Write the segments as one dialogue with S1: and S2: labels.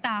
S1: 大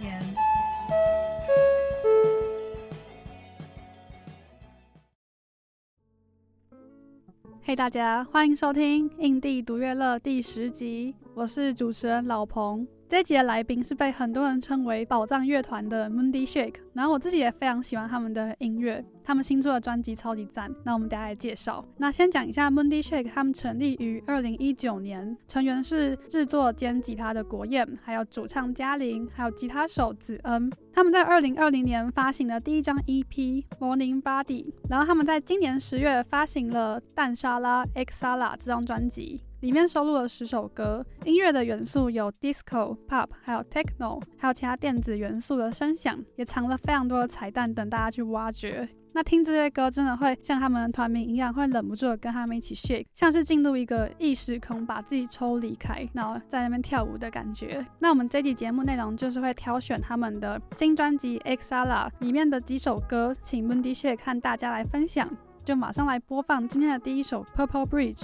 S1: 嘿、大家，欢迎收听《印地独乐乐》第十集，我是主持人老彭。这一集的来宾是被很多人称为宝藏乐团的 Moody Shake，然后我自己也非常喜欢他们的音乐，他们新出的专辑超级赞。那我们等一下来介绍。那先讲一下 Moody Shake，他们成立于二零一九年，成员是制作兼吉他的国彦，还有主唱嘉玲，还有吉他手子恩。他们在二零二零年发行了第一张 EP《Morning Body》，然后他们在今年十月发行了《蛋沙拉 X 沙拉》这张专辑，里面收录了十首歌，音乐的元素有 disco、pop，还有 techno，还有其他电子元素的声响，也藏了非常多的彩蛋等大家去挖掘。那听这些歌真的会像他们的团名一样，会忍不住的跟他们一起 shake，像是进入一个异时空，把自己抽离开，然后在那边跳舞的感觉。那我们这期节目内容就是会挑选他们的新专辑《Exala》里面的几首歌，请 Moody Shake 看大家来分享。就马上来播放今天的第一首《Purple Bridge》。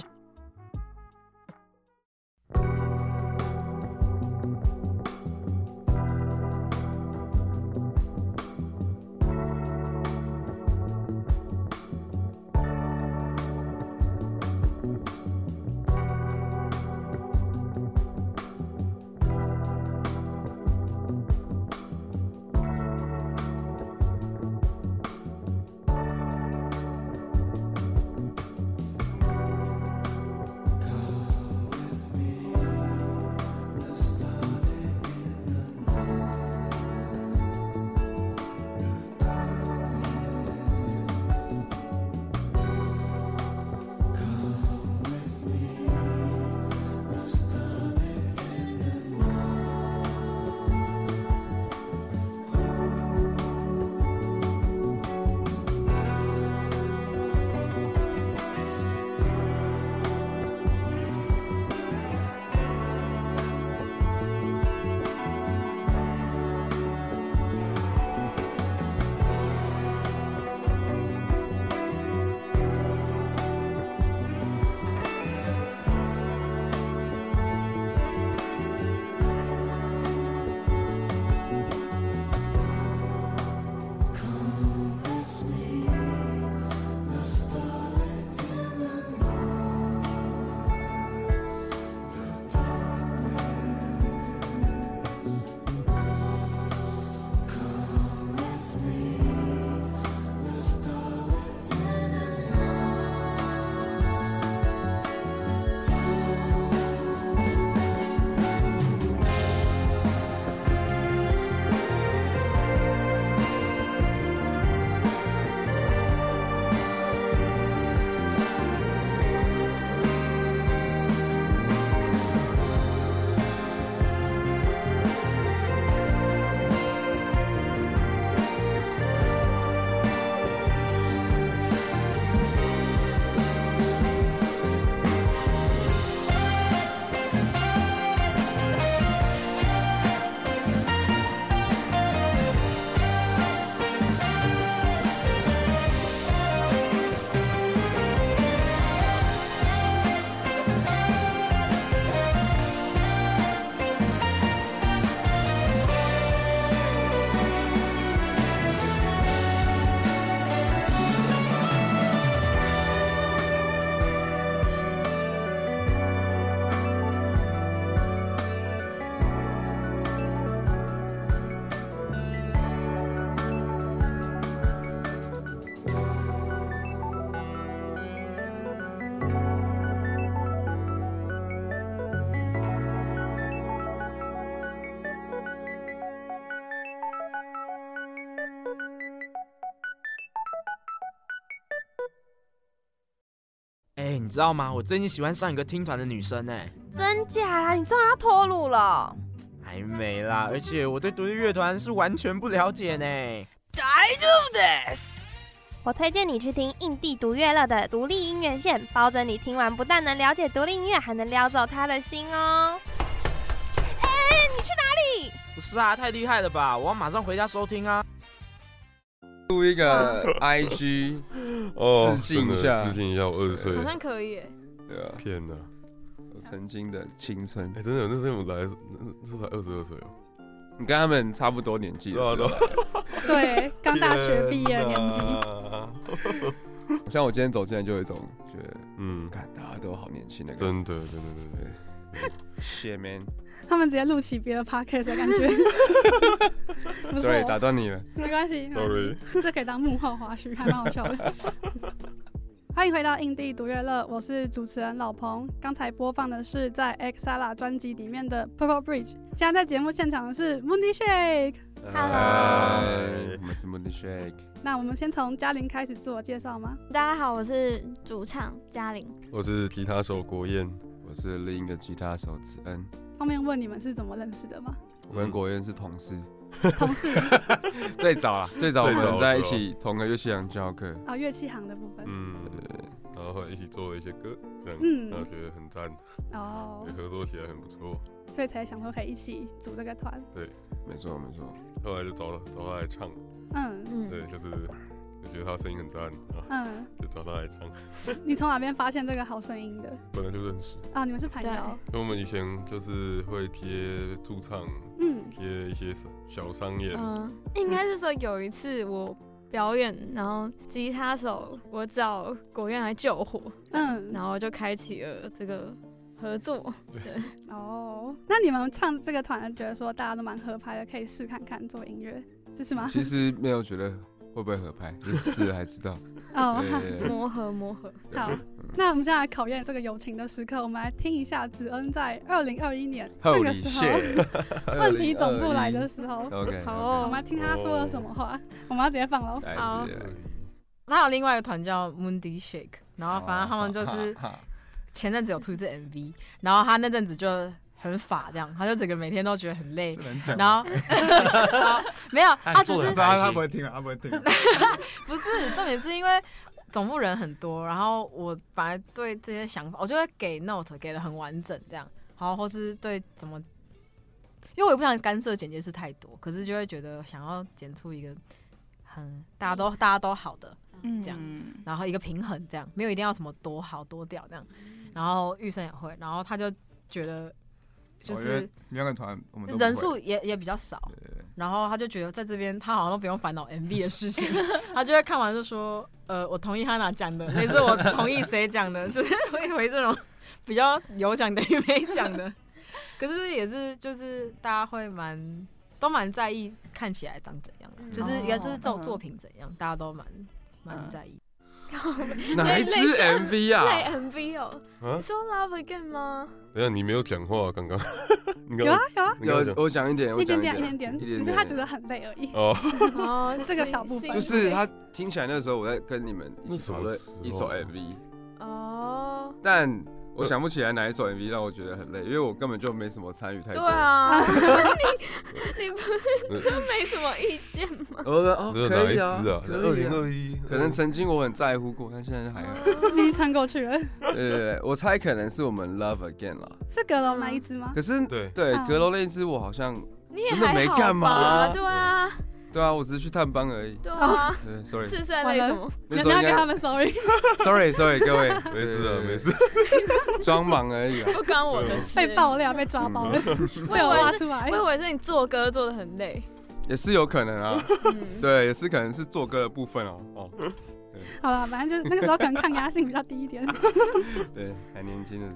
S2: 哎、你知道吗？我最近喜欢上一个听团的女生哎、
S3: 真假啦？你终于要脱乳了？
S2: 还没啦。而且我对独立乐团是完全不了解呢。
S3: 大丈夫です。
S4: 我推荐你去听印地独乐乐的独立音乐线，保准你听完不但能了解独立音乐，还能撩走他的心哦。
S2: 不是啊，太厉害了吧！我要马上回家收听啊。
S5: 录一个 IG，
S6: 哦，
S5: 致敬一
S6: 真的
S5: 下
S6: 致敬一下我二十岁
S3: 好
S6: 的。
S3: 像可以耶。
S5: 对啊，
S6: 天哪！
S5: 我曾经的青春
S6: 哎、，真的，那时候我来，那那时候才二十二岁哦。
S5: 你跟他们差不多年纪的时候，
S6: 对啊
S1: 对，刚大学毕业的年纪，
S6: 纪。
S1: 啊
S5: 像我今天走进来就有一种觉得，
S6: 嗯，
S5: 看大家都好年轻的感觉，
S6: 真的，真的，真的。
S5: shit man，
S1: 他们直接录起别的 podcast 的感觉。不是
S5: 对，
S1: 我
S5: 打，断你了，
S1: 没关系
S6: Sorry，
S1: 这可以当幕后花絮，还蛮好笑的。 欢迎回到印地独乐乐，我是主持人老彭。刚才播放的是在 Xala 专辑里面的 Purple Bridge，现在在节目现场的是 Mooney Shake。
S4: Hello
S1: 哎
S5: 嗨我们是 Moody Shake，
S1: 那我们先从嘉玲开始自我介绍吗？
S7: 大家好，我是主唱嘉玲。
S6: 我是吉他手国燕，
S5: 我是另一个吉他手子恩，
S1: 方便问你们是怎么认识的吗？
S5: 我跟国渊是同事，
S1: 同事
S5: 最 早啊，最早我
S6: 最早的时候
S5: 们在一起同个乐器行教课，
S1: 啊，乐器行的部分。
S6: 嗯，
S5: 对
S6: 然后后来一起做了一些歌，这样，
S1: 嗯
S6: 然后觉得很赞，
S1: 哦
S6: 也，合作起来很不错。
S1: 所以才想说可以一起组这个团。
S5: 没错没错，
S6: 后来就找他找他来唱，
S1: 嗯
S6: 对，就是就觉得他声音很赞，然后
S1: 嗯，
S6: 就找他来唱，
S1: 你从哪边发现这个好声音的？
S6: 本来就认识。
S1: 啊，你们是朋
S7: 对
S1: 友。
S6: 因为我们以前就是会贴驻唱，
S1: 嗯，
S6: 贴一些小商业，
S7: 嗯，应该是说有一次我表演，然后吉他手我找国院来救火，
S1: 嗯，
S7: 然后就开启了这个合作。
S1: 哦，那你们唱这个团，觉得说大家都蛮合拍的，可以试看看做音乐，这是吗？
S5: 其实没有觉得会不会合拍，就是试了才知道，
S1: 哦，
S5: 对
S6: 嗯
S5: 对对
S7: 磨合磨合，
S5: 对
S1: 好，那我们现在来考验这个友情的时刻，我们来听一下子恩在二零二一年那个
S5: Holy
S1: 时候
S5: shit！
S1: 问题总部来的时候，
S5: OK，
S7: 好
S1: 我
S7: 哦
S1: 们来听他说了什么话，我们要直接放喽。
S5: 来
S7: 好
S5: 自
S8: 他有另外一个团叫 Moondy Shake，然后反正他们就是前阵子有出一支 MV，然后他那阵子就很法这样，他就整个每天都觉得很累，然后 然后没有，
S2: 啊
S8: 他只是
S2: 他他不
S9: 会听啊，他不会听。
S8: 不是重点是因为总部人很多，然后我本来对这些想法，我就会给 note 给的很完整这样，然后或是对怎么，因为我也不想干涉剪接师太多，可是就会觉得想要剪出一个很大家都大家都好的。
S3: 嗯
S8: 这样然后一个平衡这样，没有一定要什么多好多屌这样。
S9: 嗯
S8: 然后玉生也会，然后他就觉
S9: 哦
S8: 得就是
S9: 原本团我们都不会
S8: 人数也也比较少，然后他就觉得在这边他好像都不用烦恼 MV 的事情，他就会看完就说，呃，我同意他哪讲的，类似我同意谁讲的，就是 会回这种比较有讲等于没讲的。可是也是就是大家会蛮都蛮在意看起来长怎样啊，就是也就是这种作品怎样，大家都蛮蛮在意。
S5: 哪一支 MV
S7: 对
S5: 啊？
S7: MV 哦，
S6: 啊
S7: 你说 Love Again 吗？
S6: 等一下你没有讲话，刚 刚你刚
S1: 有啊有啊，
S6: 你刚刚
S5: 有
S6: 讲
S5: 我讲一点，我
S1: 一
S5: 讲
S1: 点
S5: 一
S1: 点一
S5: 点，
S1: 点点，
S5: 一点
S1: 只是他
S5: 点
S1: 觉得很累而已。
S6: 哦，
S7: 哦，
S1: 这个小部分
S5: 就是他听起来那个时候我在 跟你们一
S6: 那
S5: 起
S6: 什
S5: 讨
S6: 么
S5: 论
S6: 时
S5: 一首
S6: 候啊
S5: MV，
S7: 哦，
S5: 但我想不起来哪一首 MV 让我觉得很累，因为我根本就没什么参与太
S7: 对
S5: 多。，
S7: 啊， 你你不是没什么意见吗？
S5: 我说哦，
S6: 这是呃哪
S5: 可
S6: 一
S5: 以啊，
S6: 支啊？
S5: 可
S6: 二
S5: 以
S6: 零
S5: 啊。
S6: 二一，
S5: 可能曾经我很在乎过，但现在 还好。
S1: 你已经穿过去了，
S5: 对对对，我猜可能是我们 Love Again 啦。
S1: 是阁楼哪一支吗？
S5: 可是
S6: 对，
S5: 对
S1: 嗯
S5: 阁楼那一支我好像，
S7: 你也
S5: 真的
S7: 还
S5: 没
S7: 好
S5: 干嘛
S7: 吧对啊，
S5: 对啊，我只是去探班而已。
S7: 对啊，
S5: 对，sorry 嗯
S7: 是在累什么？
S1: 你
S5: 那
S1: 要
S5: 时
S1: 不
S5: 候
S1: 要
S5: 应
S1: 跟他
S5: 该
S1: 们 sorry？
S5: ，sorry sorry 各位，
S6: 没事
S5: 对
S6: 啊，没，事。
S5: 对对装忙而已啊。
S7: 不关我的事。
S1: 被爆料，被抓包
S5: 嗯
S1: 了，
S7: 我
S1: 被
S7: 以
S1: 我挖
S7: 为是，
S1: 出来
S7: 我以。为是你做歌做的很累。
S5: 也是有可能啊，
S7: 嗯，
S5: 对，也是可能是做歌的部分哦。哦，
S1: 好了，反正就那个时候可能抗压性比较低一点。
S5: 对，还年轻的时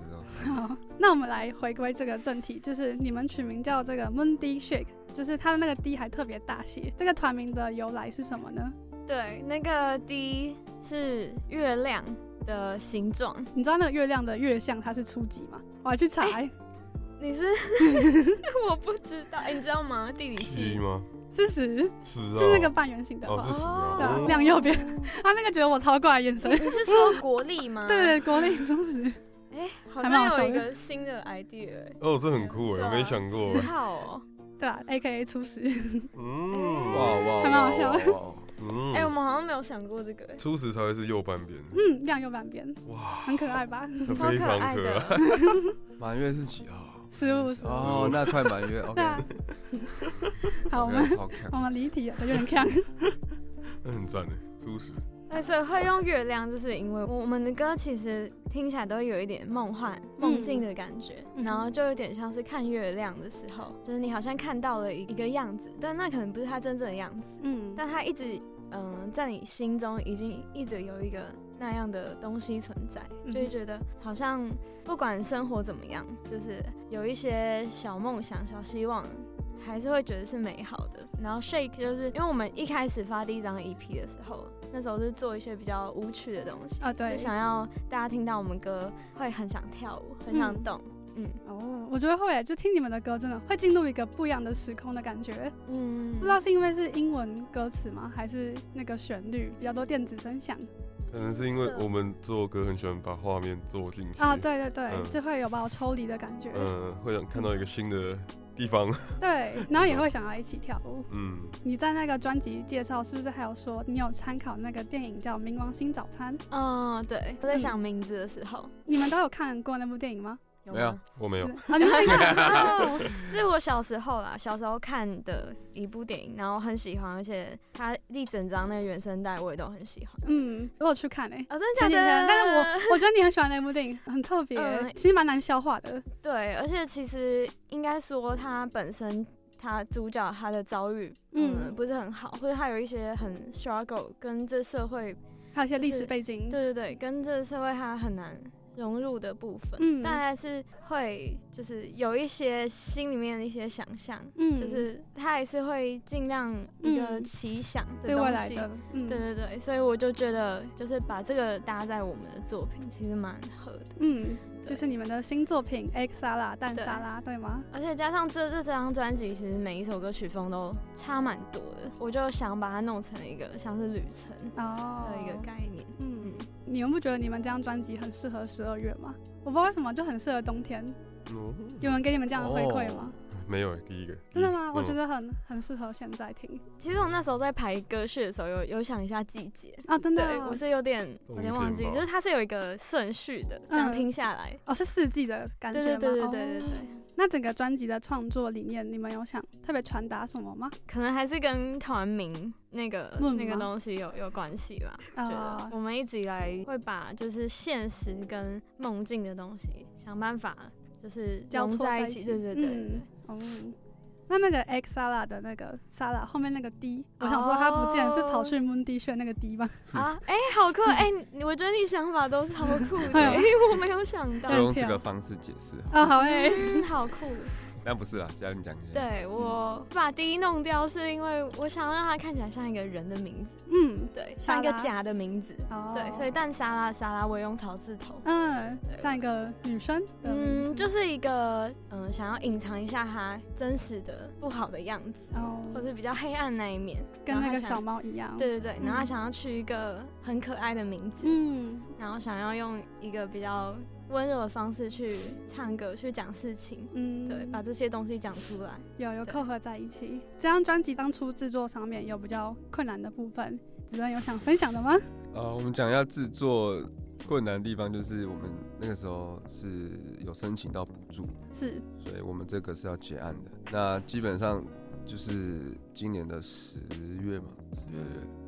S5: 候，
S1: 好，那我们来回归这个正题，就是你们取名叫这个 Moondy Shake，就是它的那个 D 还特别大写。这个团名的由来是什么呢？
S7: 对，那个 D 是月亮的形状。
S1: 你知道那个月亮的月相它是初级吗？我还去查、欸
S7: 你 是我不知道，哎，你知道吗？地理
S6: 一
S7: 系
S6: 吗？
S1: 是十，
S6: 是
S1: 就
S6: 啊。
S1: 是那个半圆形的。
S6: 哦，是十啊。
S1: 对啊
S6: 哦
S1: 亮右边，他那个觉得我超怪的眼神。
S7: 你是说国力 吗？
S1: 对对，国内忠实。
S7: 哎，好
S1: 还蛮好笑
S7: 像
S1: 的
S7: 有一个新的 idea，哎
S6: 哦，这很酷
S7: 对
S6: 哎，
S7: 啊
S6: 我没想过
S7: 十。号哦，
S1: 对啊，A K A 初十。
S6: 嗯，
S5: 哇哇，
S1: 还蛮好笑
S5: 哇哇哇
S6: 嗯，
S7: 哎、我们好像没有想过这个、
S6: 初始才会是右半边，
S1: 嗯，亮右半边，
S6: 哇，
S1: 嗯很可哎爱吧？
S7: 超
S6: 非
S7: 可
S6: 常
S7: 爱
S6: 可
S7: 的
S6: 爱。。
S5: 满月是几号？
S1: 十五十五，
S5: 哦，那快满 月，OK
S1: 对。啊。 好，我们
S5: 好看
S1: 我。们离题了，有点看。
S6: 那 很赞哎，初始
S7: 但是会用月亮，就是因为我们的歌其实听起来都有一点梦幻、梦境的感觉，
S1: 嗯
S7: 然后就有点像是看月亮的时候，就是你好像看到了一个样子，但那可能不是它真正的样子，
S1: 嗯，
S7: 但它一直嗯、在你心中已经一直有一个那样的东西存在，
S1: 嗯
S7: 就会觉得好像不管生活怎么样，就是有一些小梦想、小希望。还是会觉得是美好的。然后 Shake 就是因为我们一开始发第一张 EP 的时候，那时候是做一些比较舞曲的东西，
S1: 啊，对
S7: 就，想要大家听到我们歌会很想跳舞，很想动。嗯
S1: 哦，我觉得会耶，就听你们的歌，真的会进入一个不一样的时空的感觉。
S7: 嗯，
S1: 不知道是因为是英文歌词吗，还是那个旋律比较多电子声响
S6: 可能是因为
S7: 是
S6: 我们做歌很喜欢把画面做进去
S1: 啊？，对对对，
S6: 嗯
S1: 就会有把我抽离的感觉。
S6: 嗯，会想看到一个新的地方，
S1: 对，然后也会想要一起跳舞。
S6: 嗯，
S1: 你在那个专辑介绍是不是还有说你有参考那个电影叫《冥王星早餐》？
S7: 嗯，对，我在想名字的时候，
S1: 你们都有看过那部电影吗？
S5: 没有，
S6: 我没有
S1: 是，啊，你们没看 哦，
S7: 是我小时候啦，小时候看的一部电影，然后很喜欢，而且它一整张那个原声带我也都很喜欢。
S1: 嗯，我有去看诶、
S7: 啊、真的假
S1: 前几天，
S7: 的？
S1: 但是我我觉得你很喜欢那部电影，很特别、欸
S7: 嗯
S1: 其实蛮难消化的。
S7: 对，而且其实应该说他本身他主角他的遭遇，嗯，
S1: 嗯
S7: 不是很好，或者他有一些很 struggle 跟这社会，
S1: 还有一些历
S7: 就
S1: 史
S7: 是
S1: 背景，
S7: 对对对，跟这社会他很难融入的部分，
S1: 嗯
S7: 大概是会就是有一些心里面的一些想象，
S1: 嗯
S7: 就是他还是会尽量一个
S1: 嗯
S7: 奇想的
S1: 对未
S7: 东
S1: 来
S7: 西。
S1: 的，嗯，
S7: 对对对，所以我就觉得，就是把这个搭在我们的作品，其实蛮合的。
S1: 嗯，
S7: 对
S1: 就是你们的新作品《X 沙拉蛋
S7: 对
S1: 沙拉》，对吗？
S7: 而且加上这这张专辑，其实每一首歌曲风都差蛮多的，我就想把它弄成一个像是旅程
S1: 哦，
S7: 的一个概念。
S1: 嗯，你们不觉得你们这张专辑很适合十二月吗？我不知道为什么就很适合冬天，
S6: 哦，
S5: 嗯
S1: 有人给你们这样的回馈
S5: 哦
S1: 吗？
S6: 没有欸第一个，
S1: 真的吗？我觉
S6: 得
S1: 得很很适合现在听
S7: 其实我那时候在排歌序的时候有，有想一下季节。
S1: 啊，真的
S7: 对，
S1: 哦
S7: 我是有点，我
S6: 冬
S7: 有点忘记，
S6: 天吧
S7: 就是它是有一个顺序的，这样听下来。
S1: 哦，是四季的感
S7: 对
S1: 觉
S7: 对
S1: 吗？
S7: 对对对对
S1: 哦
S7: 对，
S1: 那整个专辑的创作理念，你们有想特别传达什么吗？
S7: 可能还是跟团名那个
S1: 论
S7: 那个
S1: 吗
S7: 东西有有关系吧。觉得
S1: 啊，
S7: 我们一直以来会把就是现实跟梦境的东西想办法就是
S1: 交
S7: 融
S1: 错在
S7: 在一
S1: 一
S7: 起，
S1: 起，
S7: 对对对对对
S1: 嗯。哦，那那个 X 沙拉的那个沙拉后面那个 D，我想说他不见
S7: 哦
S1: 是跑去 Moondy 炫那个 D 吧？
S7: 啊，哎、好酷！哎、你我觉得你想法都超酷 的，
S1: 哎呦
S7: 因为我没有想到
S5: 就，用这个方式解释，
S1: 啊，好诶，
S7: 嗯，好酷。
S5: 但不是啦，嘉玲讲一下。
S7: 对我把 D 弄掉，是因为我想让它看起来像一个人的名字，
S1: 嗯，
S7: 对，
S1: 莎
S7: 像
S1: 拉
S7: 一个假的名字，
S1: 哦，
S7: 对，所以但沙拉沙拉我也用草字头。
S1: 嗯，像一个女生的名字，
S7: 嗯，就是一个嗯、想要隐藏一下它真实的不好的样子，
S1: 哦，
S7: 或是比较黑暗那一面，
S1: 跟那个
S7: 然后他想
S1: 小猫一样，，
S7: 对对对，然后他
S1: 嗯
S7: 想要取一个很可爱的名字，
S1: 嗯，
S7: 然后想要用一个比较温柔的方式去唱歌，去讲事情，
S1: 嗯，
S7: 对，把这些东西讲出来。
S1: 有有
S7: 对
S1: 扣合在一起。这张专辑当初制作上面有比较困难的部分，子文有想分享的吗？
S5: 呃，我们讲一下制作困难的地方，就是我们那个时候是有申请到补助，
S1: 是，
S5: 所以我们这个是要结案的。那基本上就是今年的十月嘛，十月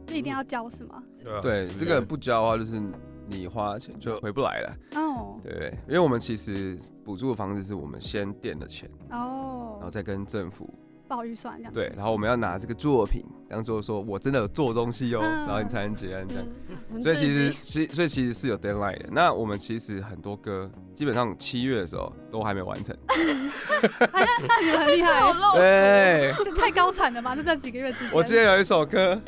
S1: 就一
S5: 嗯
S1: 定要交是吗？
S6: 嗯对啊
S5: 对
S6: 十
S5: 这个
S6: 月
S5: 不交的话，就是你花钱就回不来了，
S1: 哦
S5: 对不对？因为我们其实补助的方式是我们先垫了钱，然后
S1: 哦，
S5: 再跟政府
S1: 报预算这样子。
S5: 对，然后我们要拿这个作品当做说我真的有做东西哦，
S1: 嗯
S5: 然后你才能结案这样。
S7: 很
S5: 所以
S7: 刺
S5: 其实
S7: 激
S5: 其所以其实嗯是有 deadline 的。那我们其实很多歌基本上七月的时候都还没完成。
S1: 啊，那那你 们很厉害，
S5: 哦
S1: 嗯
S5: 对，
S1: 这太高产了吧？就这几个月之间，
S5: 我记得有一 首歌，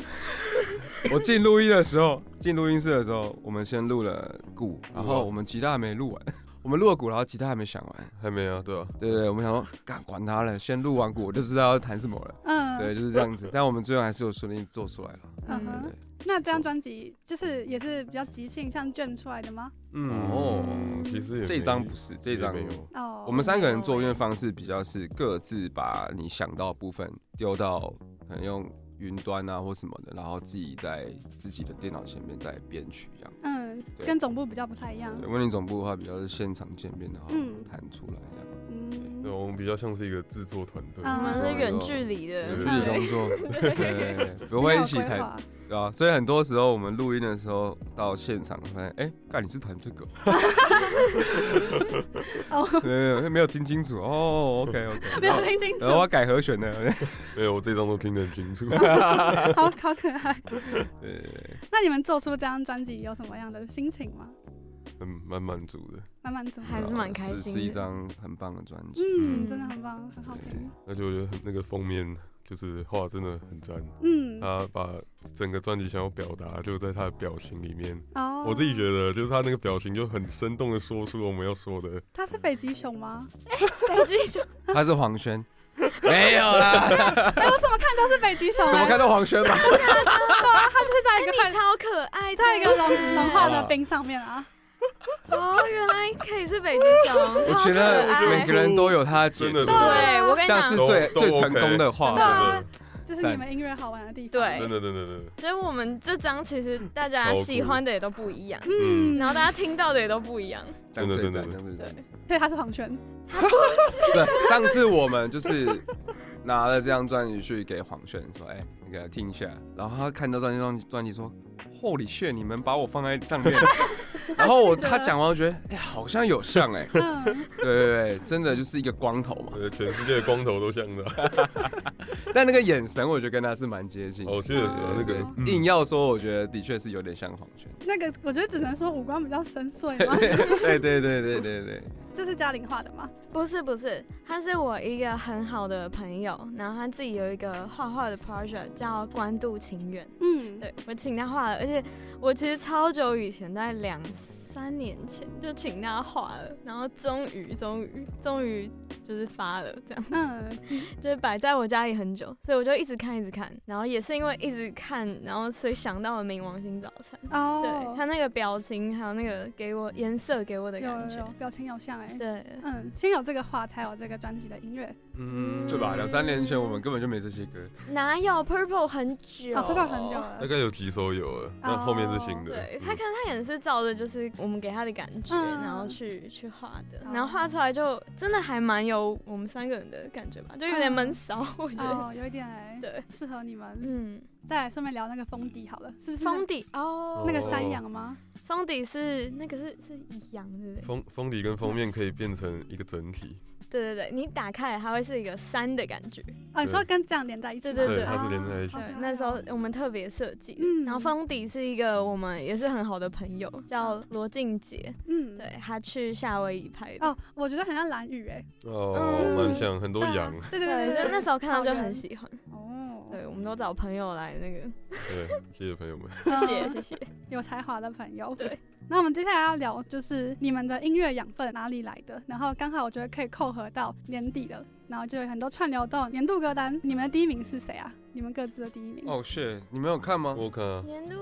S5: 我进录音的时候，进录音室的时候，我们先录了鼓，然
S1: 啊
S5: 后我们吉他还没录完。 我们录了鼓，然后吉他还没想完，
S6: 还没啊，对啊，
S5: 对对对，我们想说，干管他了，先录完鼓，我就知道要弹什么了，
S1: 嗯，
S5: 对，就是这样子。但我们最后还是有顺利做出来了，
S1: 嗯
S5: 对对
S1: 哼。
S5: 对。
S1: 那这张专辑就是也是比较即兴，像卷出来的吗？
S5: 嗯
S6: 哦
S5: 哦，，
S6: 其实也
S5: 这
S6: 没
S5: 张不是，这张
S6: 也没有，
S1: 哦，
S5: 我们三个人做音乐方式比较是各自把你想到的部分丢到，可能用云端啊或什么的，然后自己在自己的电脑前面再编曲这样。
S1: 嗯，
S5: 对
S1: 跟总部比较不太一样
S5: 对，。问你总部的话比较是现场见面，然后
S1: 嗯
S5: 弹出来这样。
S6: 对，
S1: 嗯，
S6: 我们比较像是一个制作团队。
S1: 啊
S7: 我们是远距离的，
S5: 有
S6: 对
S5: 自己工作，对对对，对不会一起
S1: 很有规
S5: 弹
S1: 划
S5: 对啊，所以很多时候我们录音的时候到现场发现，哎、干你是弹这个，
S1: 哦，
S5: 对，对没有听清楚哦，OK OK，
S1: 没有听清楚
S5: 然，后我要改和弦的，
S6: 没有，我这张都听得很清楚。
S1: 好好可爱。
S5: 对对，对
S1: 那你们做出这张专辑有什么样的心情吗？
S6: 很蛮满足的。
S1: 慢慢做。
S7: 还是蛮开
S5: 是
S7: 心
S5: 是一
S7: 的。
S5: 张很棒的专辑，
S1: 嗯，
S7: 嗯
S1: 真的很棒，很好听。
S6: 而且我觉得很那个封面就是画真的很赞，
S1: 嗯，
S5: 啊
S6: 他把整个专辑想要表达就在他的表情里面。
S1: 哦，
S6: 我自己觉得就是他那个表情就很生动的说出我们要说的。
S1: 他是北极熊 吗？
S7: 北极熊，
S5: 他是黄轩，没有啦，
S1: 哎，我怎么看都是北极熊
S5: 怎么
S1: 哎，
S5: 看到黄轩吧？
S1: 就是在一
S7: 哎你
S1: 个很
S7: 超可爱的，
S1: 在一个融融化的冰上面啊。
S7: 哦，原来可以是北极熊，
S5: 我
S7: 超
S5: 觉
S7: 可
S5: 得
S7: 爱
S5: 每个人都有他的解
S6: 真
S5: 读
S6: 的，
S1: 对啊
S7: 对，我跟你
S5: 这样
S7: 讲
S5: 是，
S6: 都
S5: 最
S6: 都
S5: 最
S6: OK
S5: 成功的
S1: 真
S5: 话，
S1: 的
S6: 真的
S1: 这是你们音乐好玩的地方。
S7: 对
S6: 真的真的真的，
S7: 所以我们这张其实大家喜欢的也都不一样，
S1: 嗯，
S7: 然后大家听到的也都不一样。
S5: 这样最
S6: 真的
S5: 赞，
S6: 真
S5: 这
S6: 的
S5: 样最赞。
S1: 所以他是黄轩。
S5: 对，上次我们就是拿了这张专辑去给黄轩说，哎、那个听一下，然后他看到这张专辑专辑说，Holy shit，你们把我放在上面了。然后我他讲完，我觉得哎、好像有像哎、
S1: 嗯，
S5: 对对对，真的就是一个光头嘛，
S6: 呃，全世界的光头都像 他。
S5: 但那个眼神我觉得跟他是蛮接近的。
S6: 哦，确实啊，那
S5: 对
S1: 嗯
S6: 个
S5: 对对硬要说，我觉得的确是有点像黄轩。
S1: 那个我觉得只能说五官比较深 邃嘛。
S5: 对对对对对对，
S1: 这是嘉玲画的吗？
S7: 不是不是，他是我一个很好的朋友，然后他自己有一个画画的 project 叫《关渡情缘》，
S1: 嗯，
S7: 对我请他画了，而且我其实超久以前，在两三年前就请他画了，然后终于终于终于就是发了，这样
S1: 嗯，
S7: 就是摆在我家里很久，所以我就一直看一直看，然后也是因为一直看，然后所以想到了《冥王星早餐》对他
S1: 哦，
S7: 那个表情还有那个给我颜色给我的
S1: 有
S7: 感
S1: 有
S7: 觉
S1: 有，，表情有像哎。
S7: 对。
S1: 嗯，先有这个画，才有这个专辑的音乐。
S5: 嗯，对吧？两三年前我们根本就没这些歌，
S7: 哪有 Purple 很久？
S1: 嗯啊，推广很久了
S6: 大。概有几首有了，那后面是新
S1: 哦
S6: 的。
S7: 对
S6: 嗯
S7: 他可能他也是照着就是我们给他的感觉，
S1: 嗯
S7: 然后去去画的
S1: 哦，
S7: 然后画出来就真的还蛮有我们三个人的感觉吧，就有点
S1: 嗯
S7: 闷骚，我觉得。
S1: 哦，有一点哎，
S7: 对，
S1: 适合你们。
S7: 嗯，
S1: 再来顺便聊那个封底好了，是不是那？
S7: 封底哦，
S1: 那个山羊吗？
S7: 封底是那个是是羊对不对？
S6: 封封底跟封面可以变成一个整体，
S7: 对对对，你打开来它会是一个山的感觉。
S1: 哦，你说跟这样连在一起吗？
S7: 对对对
S6: 它是连在一起
S1: 哦好
S7: 对
S1: 可爱哦，
S7: 那时候我们特别设计的，
S1: 嗯
S7: 然后封底是一个我们也是很好的朋友，叫罗静杰，
S1: 嗯，
S7: 对他去夏威夷拍的。
S1: 哦，我觉得很像蓝雨哎，
S6: 哦，
S1: 嗯
S6: 蛮像很多
S1: 对啊
S6: 羊，
S1: 对对
S7: 对，
S1: 对
S7: 就
S1: 对，
S7: 那时候看到就
S1: 草
S7: 很
S1: 原
S7: 喜欢。
S1: 哦，
S7: 对，我们都找朋友来那个，
S6: 对，谢谢朋 友们。
S1: 嗯
S7: 谢谢谢谢。
S1: 有才华的朋友。
S7: 对，
S1: 那我们接下来要聊就是你们的音乐养分哪里来的，然后刚好我觉得可以扣合到年底了，然后就有很多串流到年度歌单，你们的第一名是谁啊？你们各自的第一名？
S5: 哦、shit，你们有看吗？
S6: 我看啊，
S7: 年度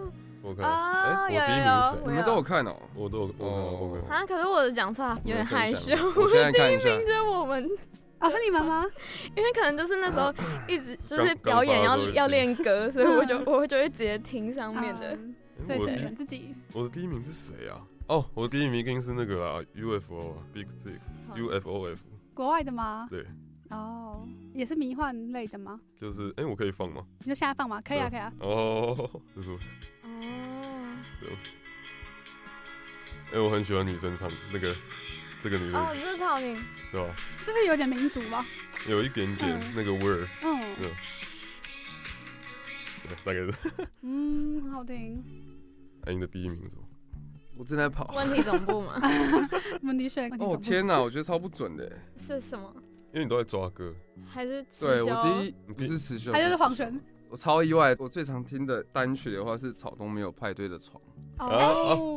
S6: 我看啊，
S7: 哦，
S6: 哎
S7: 有
S6: 我第
S7: 有
S6: 一名是
S7: 有
S6: 谁，
S7: 我
S5: 你们
S7: 有
S5: 都有看哦。
S6: 我都有，我看我看。
S7: 啊，可是我讲错了，有点害羞。
S5: 我现在看一下，
S7: 因为我们，
S1: 哦，是你们吗？
S7: 因为可能就是那时候一直就是
S6: 刚
S7: 表演
S6: 刚
S7: 要
S6: 发的时候
S7: 要练歌，所以我就
S1: 嗯
S7: 我就会直接听上面的。
S1: 嗯，
S6: 哎
S1: 所以
S6: 我
S1: 谁
S6: 第一
S1: 选自己？
S6: 我的第一名是谁啊？哦，我的第一名一定是那个啊，UFO 啊，Big Six
S7: 好哦
S6: UFOF，
S1: 国外的吗？
S6: 对，
S1: 哦，也是迷幻类的吗？
S6: 就是哎，我可以放吗？
S1: 你就现在放嘛，可以啊，可以啊。
S6: 哦，就是我
S7: 哦
S6: 哎，我很喜欢女生唱那个这个女
S7: 哦，
S6: 生，
S7: 这是草名，
S6: 对吧？
S1: 这是有点民族吧？
S6: 有一点点
S1: 嗯
S6: 那个味儿，
S1: 嗯
S6: 对对，大概是。
S1: 嗯，很好听。
S6: 哎，你的第一名是什么？
S5: 我正在跑。
S7: 问题总部嘛，
S1: 温迪雪，
S5: 哦天哪，我觉得超不准的。欸
S7: 是什么？
S6: 因为你都在抓歌，
S7: 还是起
S5: 对我
S7: 修
S5: 第一不是持续，
S1: 他就是黄轩。
S5: 我超意外，我最常听的单曲的话是草东没有派对的床，啊
S1: 哦，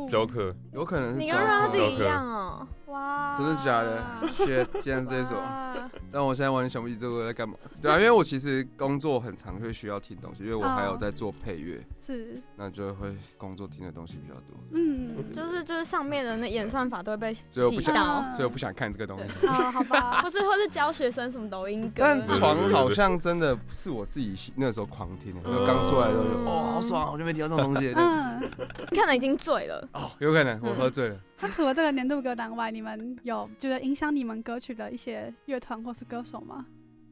S6: 啊
S7: 哎
S6: 教课
S5: 有可能是
S7: 你跟
S5: 张
S7: Roddy
S5: 国
S7: 一样哦，哇，
S5: 真的假的？？学，竟然是这首，
S7: 哇
S5: 但我现在完全想不起这个在干嘛。对啊，因为我其实工作很常会需要听东西，因为我还有在做配乐，
S1: 是，
S5: 那就会工作听的东西比较多，
S1: 嗯，
S7: 就是就是上面的那演算法都会被
S5: 所以我不
S7: 洗
S5: 想
S7: 到，
S1: 啊
S5: 所以我不想看这个东西。
S1: 啊，好 吧，
S7: 或是或是教学生什么抖音歌，
S5: 但
S6: 对
S5: 床好像真的是我自己喜那时候狂听的，
S6: 嗯
S5: 刚出来的时候就哦好爽，我就没听到这种东西。这样
S1: 嗯，
S7: 看了已经醉了。
S5: 哦，有可能我喝醉了。
S1: 那除了这个年度歌单外，你们有觉得影响你们歌曲的一些乐团或是歌手吗？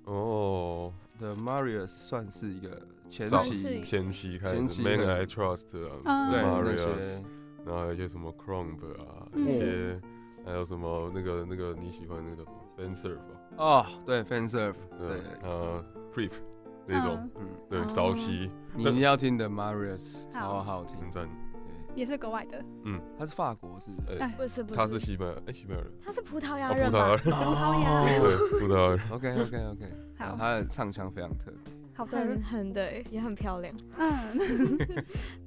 S6: 哦，
S5: The Marius 算是一个前
S6: 早
S5: 期，
S6: 前期开
S5: 前
S6: 始
S5: 期
S6: ，Man
S5: 的
S6: I Trust 啊
S1: 嗯
S5: 对那
S6: Marius，
S5: 些
S6: 然后还有一些什么 Crumb 啊，
S1: 嗯
S6: 一些还有什么那个那个你喜欢那个什么 Fanserve 吧，
S5: 哦，对 Fanserve，对
S6: 对，，呃 Prep 那种，
S5: 嗯，
S6: 对
S7: 哦，
S6: 早期
S5: 你一定要听 The Marius，
S1: 好
S5: 超好听。
S6: 很赞，
S5: 对，
S1: 也是国外的，
S5: 他是法国是不 是？
S1: 哎
S6: 哎，
S7: 不是不是，
S6: 他是西班牙，哎，西班牙人，
S7: 他是葡萄牙
S6: 哦，
S7: 人
S6: 葡
S7: 吧
S6: 萄牙？人，
S1: 哦
S7: 哦
S6: 对，葡萄牙人，
S5: OK OK OK，
S6: 啊
S1: 好，
S5: 他的唱腔非常特别。
S1: 好的
S7: 很，很对，也很漂亮。
S1: 嗯，